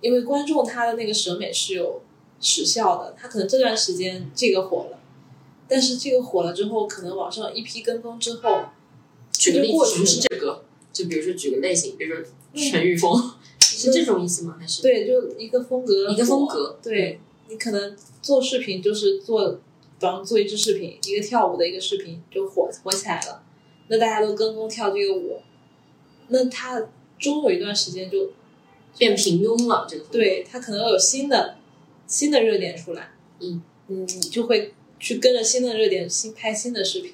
[SPEAKER 1] 因为观众他的那个审美是有时效的，他可能这段时间这个火了。但是这个火了之后，可能网上一批跟风之后，
[SPEAKER 3] 举个例
[SPEAKER 1] 过
[SPEAKER 3] 子，
[SPEAKER 1] 期嗯
[SPEAKER 3] 什么是这个？就比如说举个类型，比如说陈玉峰， 是这种意思吗？还是
[SPEAKER 1] 对，就一个风格，
[SPEAKER 3] 一个风格嗯
[SPEAKER 1] 对你可能做视频就是做，比方做一支视频，一个跳舞的一个视频就火火起来了，那大家都跟风跳这个舞，那它终有一段时间就
[SPEAKER 3] 变平庸了？这个风格，
[SPEAKER 1] 对它可能有新的新的热点出来，
[SPEAKER 3] 嗯
[SPEAKER 1] 嗯，你就会去跟着新的热点新拍新的视频，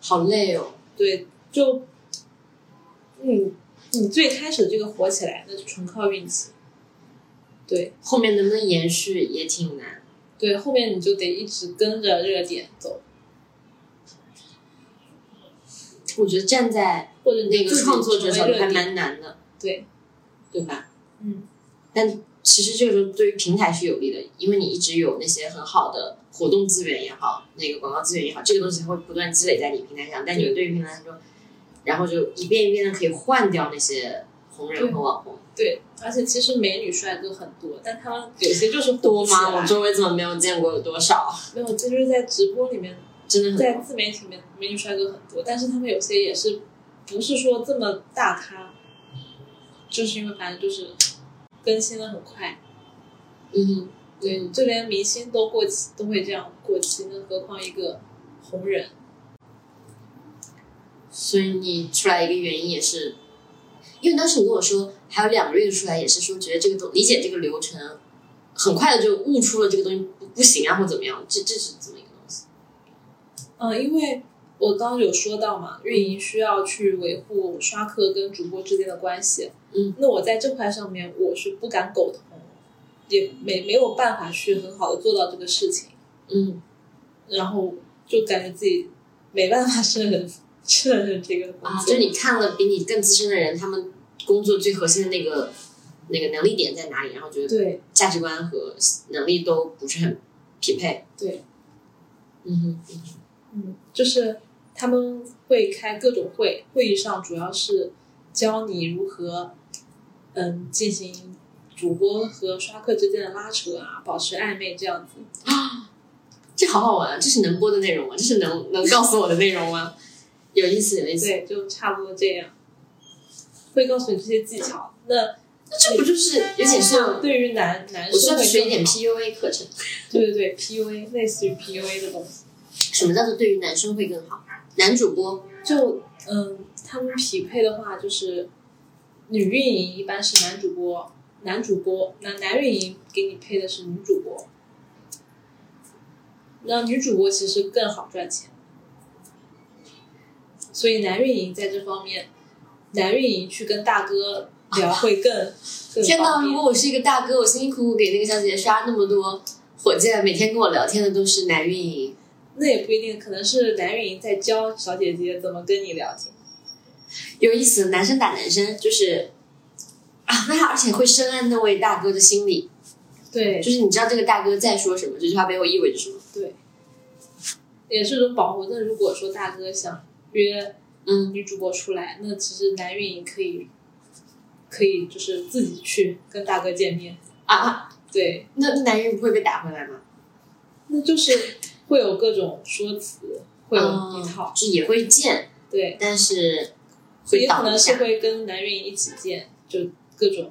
[SPEAKER 3] 好累哦。
[SPEAKER 1] 对，就嗯，你最开始这个火起来，那就纯靠运气，对。
[SPEAKER 3] 后面能不能延续也挺难。
[SPEAKER 1] 对，后面你就得一直跟着热点走，
[SPEAKER 3] 我觉得站在
[SPEAKER 1] 或者你
[SPEAKER 3] 那个
[SPEAKER 1] 自己
[SPEAKER 3] 创作者角
[SPEAKER 1] 成
[SPEAKER 3] 度
[SPEAKER 1] 为
[SPEAKER 3] 还
[SPEAKER 1] 热点。
[SPEAKER 3] 蛮难的，
[SPEAKER 1] 对，
[SPEAKER 3] 对吧？
[SPEAKER 1] 嗯，
[SPEAKER 3] 但其实这个时候对于平台是有利的，因为你一直有那些很好的活动资源也好，那个广告资源也好，这个东西它会不断积累在你平台上。但你们对于平台来说，然后就一遍一遍的可以换掉那些红人
[SPEAKER 1] 对
[SPEAKER 3] 和网红，
[SPEAKER 1] 对，而且其实美女帅哥很多，但他们有些就是火不
[SPEAKER 3] 多
[SPEAKER 1] 起
[SPEAKER 3] 吗？
[SPEAKER 1] 来
[SPEAKER 3] 我周围怎么没有见过有多少？
[SPEAKER 1] 没有，这就是在直播里面，
[SPEAKER 3] 真的很
[SPEAKER 1] 在
[SPEAKER 3] 多。
[SPEAKER 1] 自媒体里面美女帅哥很多，但是他们有些也是不是说这么大咖，就是因为反正就是更新的很快，
[SPEAKER 3] 嗯哼，
[SPEAKER 1] 对，就连明星都过期都会这样过期，那何况一个红人？
[SPEAKER 3] 所以你出来一个原因也是，因为当时你跟我说还有两个月出来，也是说觉得这个东理解这个流程，很快的就悟出了这个东西不不行啊，或怎么样，这这是怎么一个东西？
[SPEAKER 1] 嗯，因为我刚刚有说到嘛，运
[SPEAKER 3] 嗯
[SPEAKER 1] 营需要去维护刷客跟主播之间的关系。
[SPEAKER 3] 嗯，
[SPEAKER 1] 那我在这块上面我是不敢苟同，也没没有办法去很好的做到这个事情，
[SPEAKER 3] 嗯，
[SPEAKER 1] 然后就感觉自己没办法胜任 胜任这个工
[SPEAKER 3] 啊，就
[SPEAKER 1] 作。
[SPEAKER 3] 是你看了比你更资深的人，他们工作最核心的那个那个能力点在哪里，然后觉得
[SPEAKER 1] 对
[SPEAKER 3] 价值观和能力都不是很匹配。
[SPEAKER 1] 对，
[SPEAKER 3] 嗯哼，
[SPEAKER 1] 嗯，就是他们会开各种会，会议上主要是教你如何，嗯，进行主播和刷客之间的拉扯啊，保持暧昧这样子。
[SPEAKER 3] 这好好玩，这是能播的内容吗？这是能能告诉我的内容吗？有意思，有意思。
[SPEAKER 1] 对，就差不多这样。会告诉你这些技巧，那
[SPEAKER 3] 那这不就是有点像？
[SPEAKER 1] 对于男男
[SPEAKER 3] 我需
[SPEAKER 1] 生
[SPEAKER 3] 要
[SPEAKER 1] 会
[SPEAKER 3] 学一
[SPEAKER 1] 更
[SPEAKER 3] 点
[SPEAKER 1] 好
[SPEAKER 3] PUA 课程。
[SPEAKER 1] 对对对，PUA 类似于 PUA 的东西，
[SPEAKER 3] 什么叫做对于男生会更好？男主播
[SPEAKER 1] 就嗯，他们匹配的话就是女运营一般是男主播，男主播那男运营给你配的是女主播，那女主播其实更好赚钱，所以男运营在这方面，男运营去跟大哥聊会更更
[SPEAKER 3] 天
[SPEAKER 1] 方
[SPEAKER 3] 呐，
[SPEAKER 1] 便
[SPEAKER 3] 如果我是一个大哥，我辛辛苦苦给那个小姐姐刷那么多火箭，每天跟我聊天的都是男运营，
[SPEAKER 1] 那也不一定，可能是男运营在教小姐姐怎么跟你聊天。
[SPEAKER 3] 有意思。男生打男生就是啊，那他而且会深谙那位大哥的心理，
[SPEAKER 1] 对
[SPEAKER 3] 就是你知道这个大哥在说什么，这句话背后意味着什么。
[SPEAKER 1] 对，也是一种保护。那如果说大哥想约
[SPEAKER 3] 嗯，
[SPEAKER 1] 女主播出来，那其实男运营可以，可以就是自己去跟大哥见面。
[SPEAKER 3] 啊，
[SPEAKER 1] 对，
[SPEAKER 3] 那那男人不会被打回来吗？
[SPEAKER 1] 那就是会有各种说辞，会有一
[SPEAKER 3] 嗯
[SPEAKER 1] 套。
[SPEAKER 3] 就也会见，
[SPEAKER 1] 对，
[SPEAKER 3] 但是会
[SPEAKER 1] 也可
[SPEAKER 3] 挡
[SPEAKER 1] 能
[SPEAKER 3] 一
[SPEAKER 1] 是
[SPEAKER 3] 下。
[SPEAKER 1] 会跟男运营一起见，就各种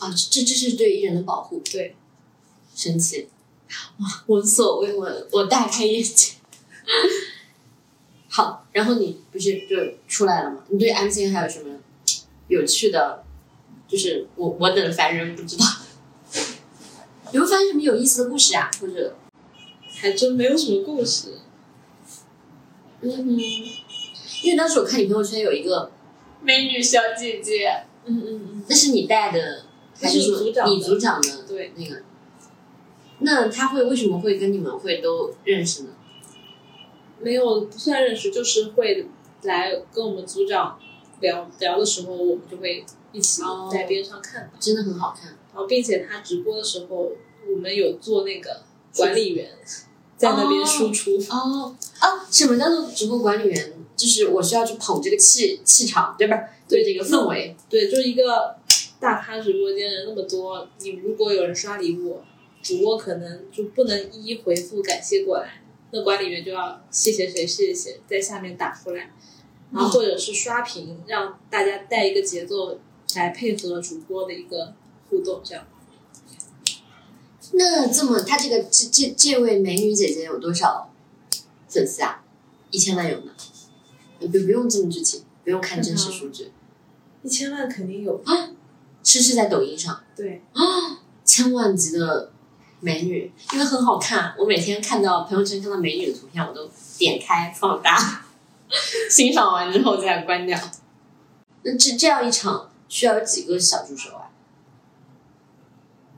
[SPEAKER 3] 啊，这这是对艺人的保护，
[SPEAKER 1] 对。
[SPEAKER 3] 神奇。哇，闻所未闻，我大开眼界。好，然后你不是就出来了吗？你对 MCN 还有什么有趣的？就是我我等凡人不知道，有没有发现什么有意思的故事啊？或者
[SPEAKER 1] 还真没有什么故事。
[SPEAKER 3] 嗯哼，因为当时我看你朋友圈有一个美女小姐姐，
[SPEAKER 1] 嗯嗯
[SPEAKER 3] 那是你带的，还是
[SPEAKER 1] 那是
[SPEAKER 3] 说
[SPEAKER 1] 组长的
[SPEAKER 3] 你组长的？
[SPEAKER 1] 对，
[SPEAKER 3] 那个，那他会为什么会跟你们会都认识呢？
[SPEAKER 1] 没有不算认识，就是会来跟我们组长聊聊的时候，我们就会一起
[SPEAKER 3] 哦
[SPEAKER 1] 在边上看到。
[SPEAKER 3] 真的很好看。
[SPEAKER 1] 然后并且他直播的时候，我们有做那个管理员在那边输出，
[SPEAKER 3] 哦啊，什么叫做直播管理员？就是我需要去捧这个气气场，对吧？对这个氛围。
[SPEAKER 1] 对，就是一个大咖直播间人那么多，你如果有人刷礼物，主播可能就不能一一回复感谢过来，那管理员就要谢谢谁谢谢谁，在下面打出来，然后或者是刷屏，让大家带一个节奏来配合主播的一个互动，这样。
[SPEAKER 3] 那这么，他这个这这这位美女姐姐有多少粉丝啊？一千万有吗？呃不不用这么具体，不用看真实数据，
[SPEAKER 1] 一千万肯定有，
[SPEAKER 3] 是是在抖音上。
[SPEAKER 1] 对，
[SPEAKER 3] 千万级的美女，因为很好看。我每天看到朋友圈看到美女的图片，我都点开放大， 欣赏完之后再关掉。那这这样一场需要有几个小助手啊？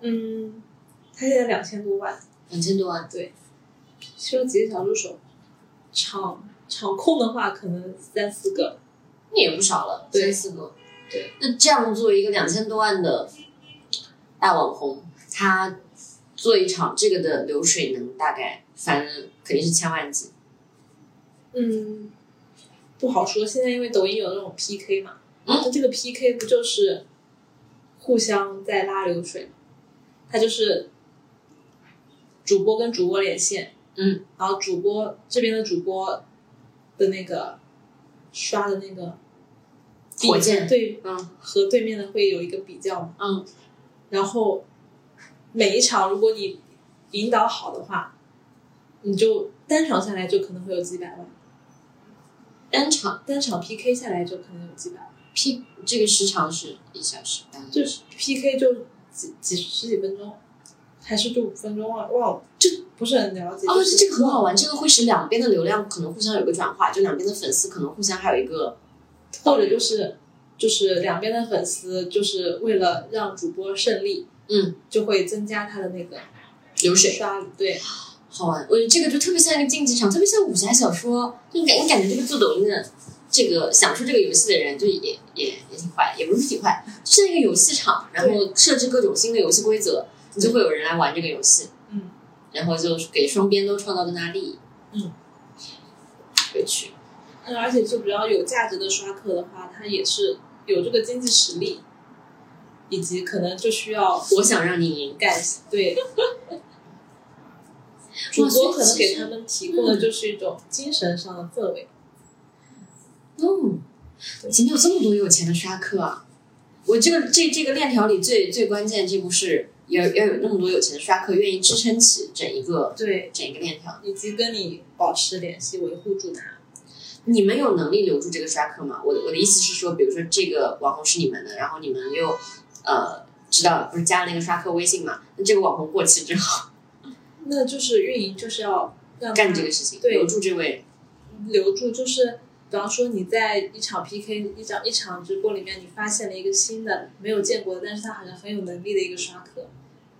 [SPEAKER 1] 嗯，他现在两千多万，
[SPEAKER 3] 两千多万，
[SPEAKER 1] 收几个小助手，场场控的话可能三四个，
[SPEAKER 3] 那也不少了，
[SPEAKER 1] 对
[SPEAKER 3] 三四个。
[SPEAKER 1] 对，
[SPEAKER 3] 那这样作为一个两千多万的大网红，他做一场这个的流水能大概，反正肯定是千万级。
[SPEAKER 1] 嗯，不好说。现在因为抖音有那种 PK 嘛，
[SPEAKER 3] 嗯
[SPEAKER 1] 那、这个 PK 不就是互相在拉流水吗？它就是主播跟主播连线，
[SPEAKER 3] 嗯，
[SPEAKER 1] 然后主播这边的主播的那个刷的那个比
[SPEAKER 3] 火箭
[SPEAKER 1] 对
[SPEAKER 3] 嗯
[SPEAKER 1] 和对面的会有一个比较嘛，
[SPEAKER 3] 嗯，
[SPEAKER 1] 然后每一场如果你引导好的话，你就单场下来就可能会有几百万。
[SPEAKER 3] 单场
[SPEAKER 1] 单场 PK 下来就可能有几百万，
[SPEAKER 3] P 这个时长是一小时，半个
[SPEAKER 1] 就
[SPEAKER 3] 小
[SPEAKER 1] 是
[SPEAKER 3] 时
[SPEAKER 1] PK 就几几十几分钟，还是就五分钟啊？忘了，这不是很了解。
[SPEAKER 3] 哦，
[SPEAKER 1] 就是嗯
[SPEAKER 3] 这个很好玩，这个会使两边的流量可能互相有个转化，就两边的粉丝可能互相还有一个
[SPEAKER 1] 或者就是就是两边的粉丝就是为了让主播胜利，
[SPEAKER 4] 嗯，
[SPEAKER 1] 就会增加它的那个
[SPEAKER 4] 流水
[SPEAKER 1] 刷对，
[SPEAKER 3] 好玩。我觉得这个就特别像一个竞技场，特别像武侠小说。就你感你感觉这个做抖音的，这个想出这个游戏的人，就也也也挺坏，也不是挺坏，就像一个游戏场，然后设置各种新的游戏规则，
[SPEAKER 1] 嗯
[SPEAKER 3] 就会有人来玩这个游戏。
[SPEAKER 1] 嗯，
[SPEAKER 3] 然后就给双边都创造更大利益。
[SPEAKER 1] 嗯，
[SPEAKER 3] 有趣。
[SPEAKER 1] 嗯，而且就比较有价值的刷客的话，他也是有这个经济实力，以及可能就需要
[SPEAKER 3] 我想让你赢。
[SPEAKER 1] 感 对。主
[SPEAKER 3] 所
[SPEAKER 1] 播
[SPEAKER 3] 以
[SPEAKER 1] 可能
[SPEAKER 3] 其
[SPEAKER 1] 给
[SPEAKER 3] 实
[SPEAKER 1] 他们提供的就是一种精神上的氛围，
[SPEAKER 3] 嗯，怎么有这么多有钱的刷客啊？我这个这这个链条里最最关键这步是要要有那么多有钱的刷客愿意支撑起整一个
[SPEAKER 1] 对，
[SPEAKER 3] 整一个链条。
[SPEAKER 1] 以及跟你保持联系，维护住他。
[SPEAKER 3] 你们有能力留住这个刷客吗？我的我的意思是说，比如说这个网红是你们的，然后你们又呃知道不是加了那个刷客微信嘛？那这个网红过期之后
[SPEAKER 1] 那就是运营就是要让他
[SPEAKER 3] 干这个事情，
[SPEAKER 1] 对
[SPEAKER 3] 留住这位
[SPEAKER 1] 留住，就是比方说你在一场 PK 一场一场直播里面，你发现了一个新的没有见过的，但是他好像很有能力的一个刷客，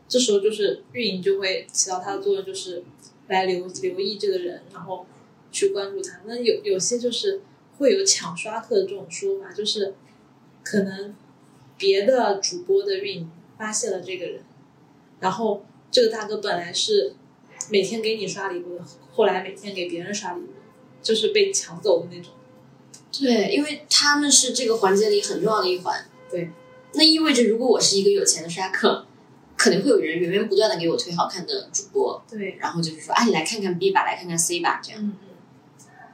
[SPEAKER 1] 这时候就是运营就会起到它的作用，就是来留留意这个人，然后去关注他。那有有些就是会有抢刷客的这种说法，就是可能别的主播的运营发现了这个人，然后这个大哥本来是每天给你刷礼物的，后来每天给别人刷礼物。就是被抢走的那种。
[SPEAKER 3] 对，因为他们是这个环节里很重要的一环。
[SPEAKER 1] 对，
[SPEAKER 3] 那意味着如果我是一个有钱的刷客，肯定会有人源源不断的给我推好看的主播，
[SPEAKER 1] 对，
[SPEAKER 3] 然后就是说，哎，你来看看 B 吧，来看看 C 吧，这样
[SPEAKER 1] 嗯嗯，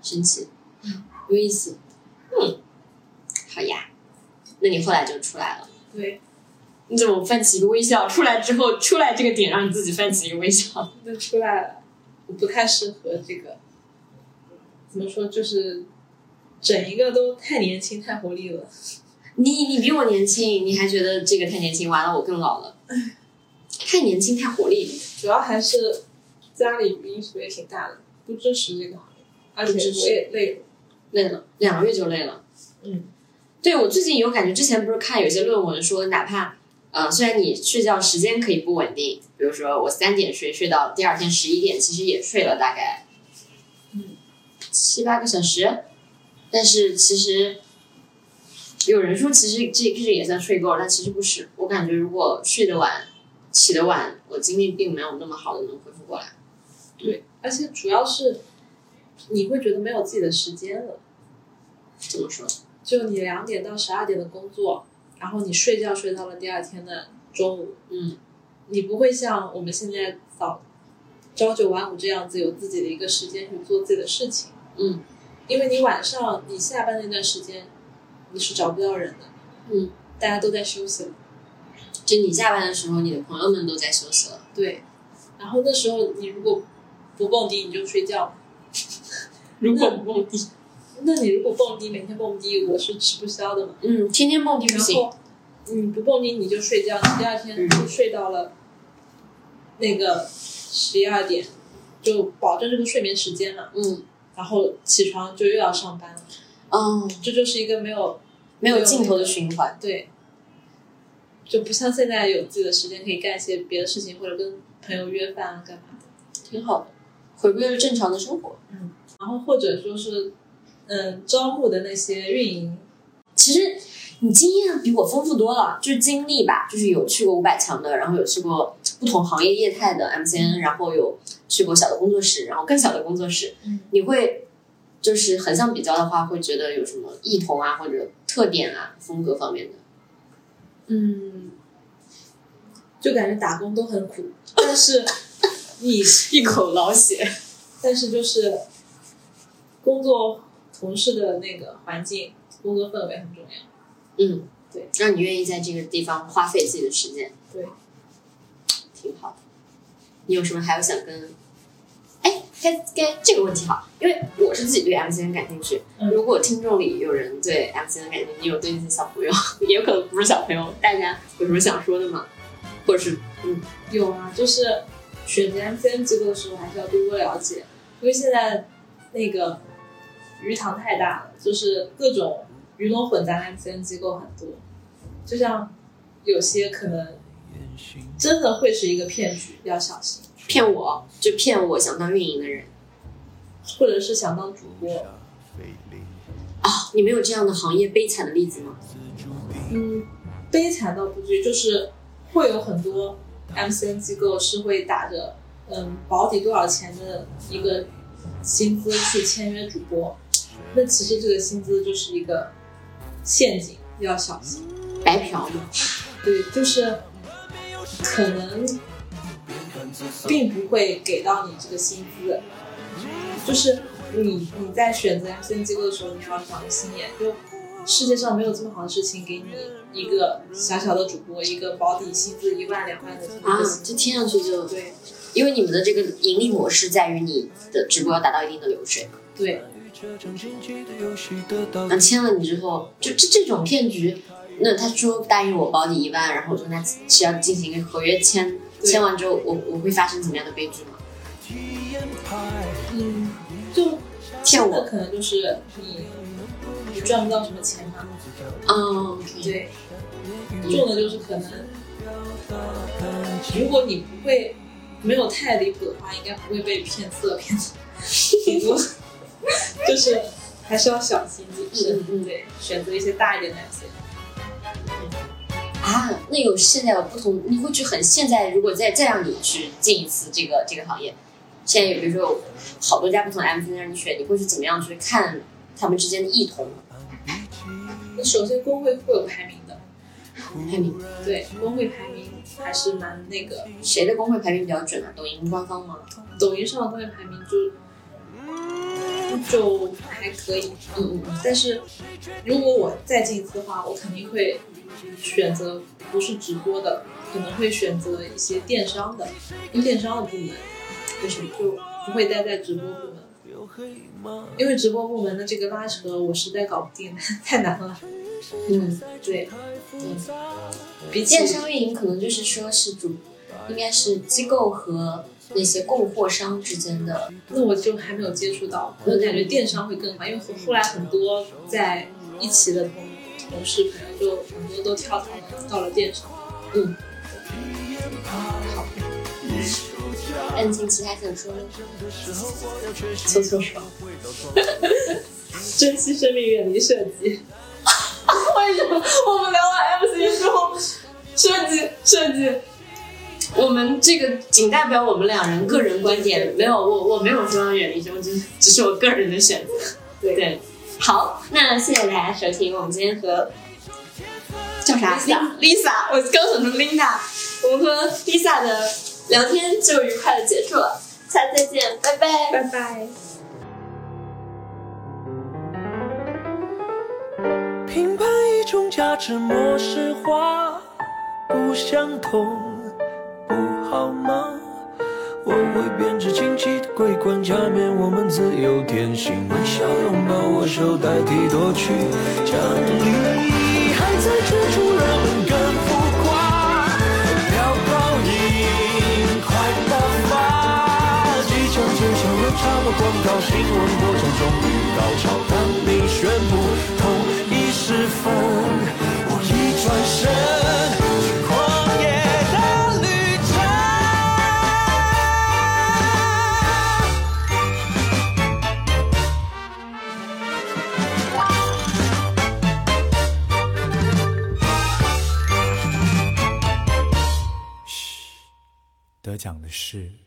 [SPEAKER 3] 神奇
[SPEAKER 1] 嗯，
[SPEAKER 3] 有意思。嗯，好呀，那你后来就出来了。
[SPEAKER 1] 对，
[SPEAKER 3] 你怎么泛起一个微笑？出来之后，出来这个点让你自己泛起一个微笑。
[SPEAKER 1] 那出来了，我不太适合这个，怎么说就是。整一个都太年轻、太活力了，
[SPEAKER 3] 你你比我年轻，你还觉得这个太年轻？完了，我更老 了。太年轻，太活力。
[SPEAKER 1] 主要还是家里因素也挺大的，不支持这个行业，而且
[SPEAKER 3] 不支持
[SPEAKER 1] 我也累了。
[SPEAKER 3] 累了，两个月就累了。
[SPEAKER 1] 嗯，
[SPEAKER 3] 对我最近有感觉，之前不是看有些论文说，哪怕呃，虽然你睡觉时间可以不稳定，比如说我三点睡，睡到第二天十一点，其实也睡了大概
[SPEAKER 1] 嗯
[SPEAKER 3] 七八个小时，但是其实有人说，其实这这也算睡够，但其实不是。我感觉如果睡得晚，起得晚，我精力并没有那么好的能恢复过来。
[SPEAKER 1] 嗯而且主要是你会觉得没有自己的时间了，
[SPEAKER 3] 怎么说？
[SPEAKER 1] 就你两点到十二点的工作，然后你睡觉睡到了第二天的中午，
[SPEAKER 3] 嗯，
[SPEAKER 1] 你不会像我们现在早朝九晚五这样子有自己的一个时间去做自己的事情。
[SPEAKER 3] 嗯，
[SPEAKER 1] 因为你晚上你下班那段时间你是找不到人的。
[SPEAKER 3] 嗯，
[SPEAKER 1] 大家都在休息了。
[SPEAKER 3] 就你下班的时候，你的朋友们都在休息了。
[SPEAKER 1] 对，然后那时候你如果不蹦迪你就睡觉，
[SPEAKER 3] 如果不蹦迪，
[SPEAKER 1] 那你如果蹦迪每天蹦迪我是吃不消的嘛。
[SPEAKER 3] 嗯，天天蹦迪不
[SPEAKER 1] 然
[SPEAKER 3] 行。嗯
[SPEAKER 1] 后你不蹦迪你就睡觉，你第二天就睡到了那个十一二点，就保证这个睡眠时间嘛。
[SPEAKER 3] 嗯，
[SPEAKER 1] 然后起床就又要上班了，
[SPEAKER 3] 哦，
[SPEAKER 1] 这就是一个没有
[SPEAKER 3] 没有尽头的循环。
[SPEAKER 1] 对，就不像现在有自己的时间可以干一些别的事情，或者跟朋友约饭啊干嘛的。
[SPEAKER 3] 挺好的，回归了正常的生活。
[SPEAKER 1] 然后或者说是，嗯，招募的那些运营，
[SPEAKER 3] 其实你经验比我丰富多了，就是经历吧，就是有去过五百强的，然后有去过不同行业业态的 MCN，然后有去过小的工作室，然后更小的工作室，
[SPEAKER 1] 嗯
[SPEAKER 3] 你会就是横向比较的话，会觉得有什么异同啊，或者特点啊，风格方面的。
[SPEAKER 1] 嗯，就感觉打工都很苦，但是你
[SPEAKER 3] 一口老血，
[SPEAKER 1] 但是就是工作同事的那个环境、工作氛围很重要。
[SPEAKER 3] 嗯，
[SPEAKER 1] 对，
[SPEAKER 3] 让你愿意在这个地方花费自己的时间。
[SPEAKER 1] 对，
[SPEAKER 3] 挺好的。你有什么还有想跟？哎，该该这个问题好，因为我是自己对 MCN 感兴趣。
[SPEAKER 1] 嗯
[SPEAKER 3] 如果听众里有人对 MCN 感兴趣，你有对那些小朋友， 也有可能不是小朋友，大家有什么想说的吗？或者是
[SPEAKER 1] 有啊，就是选择 MCN 机构的时候，还是要多多了解，因为现在那个鱼塘太大了，就是各种鱼龙混杂的 MCN 机构很多，就像有些可能真的会是一个骗局，要小心，
[SPEAKER 3] 骗我就骗我想当运营的人
[SPEAKER 1] 或者是想当主播，
[SPEAKER 3] 啊、你们有这样的行业悲惨的例子吗？
[SPEAKER 1] 嗯，悲惨倒不至于，就是会有很多 MCN 机构是会打着嗯保底多少钱的一个薪资去签约主播，那其实这个薪资就是一个陷阱，要小心。
[SPEAKER 3] 白嫖吗？
[SPEAKER 1] 对，就是可能并不会给到你这个薪资，就是你你在选择 MCN 机构的时候，你要长着心眼，就世界上没有这么好的事情给你一个小小的主播一个保底薪资一万两万的这么一
[SPEAKER 3] 啊
[SPEAKER 1] 个，薪资，
[SPEAKER 3] 就听上去就，
[SPEAKER 1] 对
[SPEAKER 3] 因为你们的这个盈利模式在于你的直播要达到一定的流水，
[SPEAKER 1] 对，
[SPEAKER 3] 那签了你之后，就这这种骗局，那他说答应我保底一万，然后我说那是要进行一个合约签，
[SPEAKER 1] 对
[SPEAKER 3] 签完之后我我会发生怎么样的悲剧吗？
[SPEAKER 1] 嗯，就
[SPEAKER 3] 骗
[SPEAKER 1] 真
[SPEAKER 3] 我
[SPEAKER 1] 的可能就是你你赚不到什么钱嘛，
[SPEAKER 3] 嗯，
[SPEAKER 1] 对，重的就是可能，如果你不会没有太离谱的话，应该不会被骗色骗的挺多，就是还是要小心谨慎，
[SPEAKER 3] 嗯嗯嗯
[SPEAKER 1] 对，选择一些大一点的 MC。
[SPEAKER 3] 啊，那有现在有不同，你会去很现在，如果再再让你去进一次这个这个行业，现在有比如说有好多家不同的 MCN 让你选，你会是怎么样去看他们之间的异同？
[SPEAKER 1] 那首先工会会有排名的，
[SPEAKER 3] 排名
[SPEAKER 1] 对，工会排名还是蛮那个，
[SPEAKER 3] 谁的工会排名比较准啊？抖音官方吗？
[SPEAKER 1] 抖音上的工会排名就就还可以，
[SPEAKER 3] 嗯嗯嗯，
[SPEAKER 1] 但是如果我再进一次的话，我肯定会选择不是直播的，可能会选择一些电商的，电商的部门，就是就不会待在直播部门，因为直播部门的这个拉扯我实在搞不定， 太难了。
[SPEAKER 3] 嗯，
[SPEAKER 1] 对，嗯，比起
[SPEAKER 3] 电商运营可能就是说是主，应该是机构和那些供货商之间的，
[SPEAKER 1] 那我就还没有接触到，我感觉电商会更好，因为后来很多在一起的同同事朋友就很多都跳槽了到了电商。
[SPEAKER 3] 嗯。那你近期还想说吗？
[SPEAKER 1] 搓搓手， 珍惜生命，远离设计。为什么我们聊完 MC 之后，
[SPEAKER 3] 设计设计。我们这个仅代表我们两人个人观点，没有我我没有说要远离什么，只是只是我个人的选择。
[SPEAKER 1] 对
[SPEAKER 3] 对，好，那谢谢大家收听我们今天和叫啥
[SPEAKER 1] Lisa
[SPEAKER 3] Lisa，我刚想说 Linda，我们和 Lisa 的聊天就愉快的结束了，下次再见，拜拜。
[SPEAKER 1] 拜拜。
[SPEAKER 2] 评判一种价值模式化不相同，不好吗？我 会编织精细的桂冠假面，我们自由天性，微笑拥抱我手代替夺取奖励，还在追逐人们更浮夸，飙高音，快爆发，即将揭晓人潮的广告新闻播种终于高潮，当你宣布同意时分，我一转身。去狂野的旅程。
[SPEAKER 5] 得奖的是。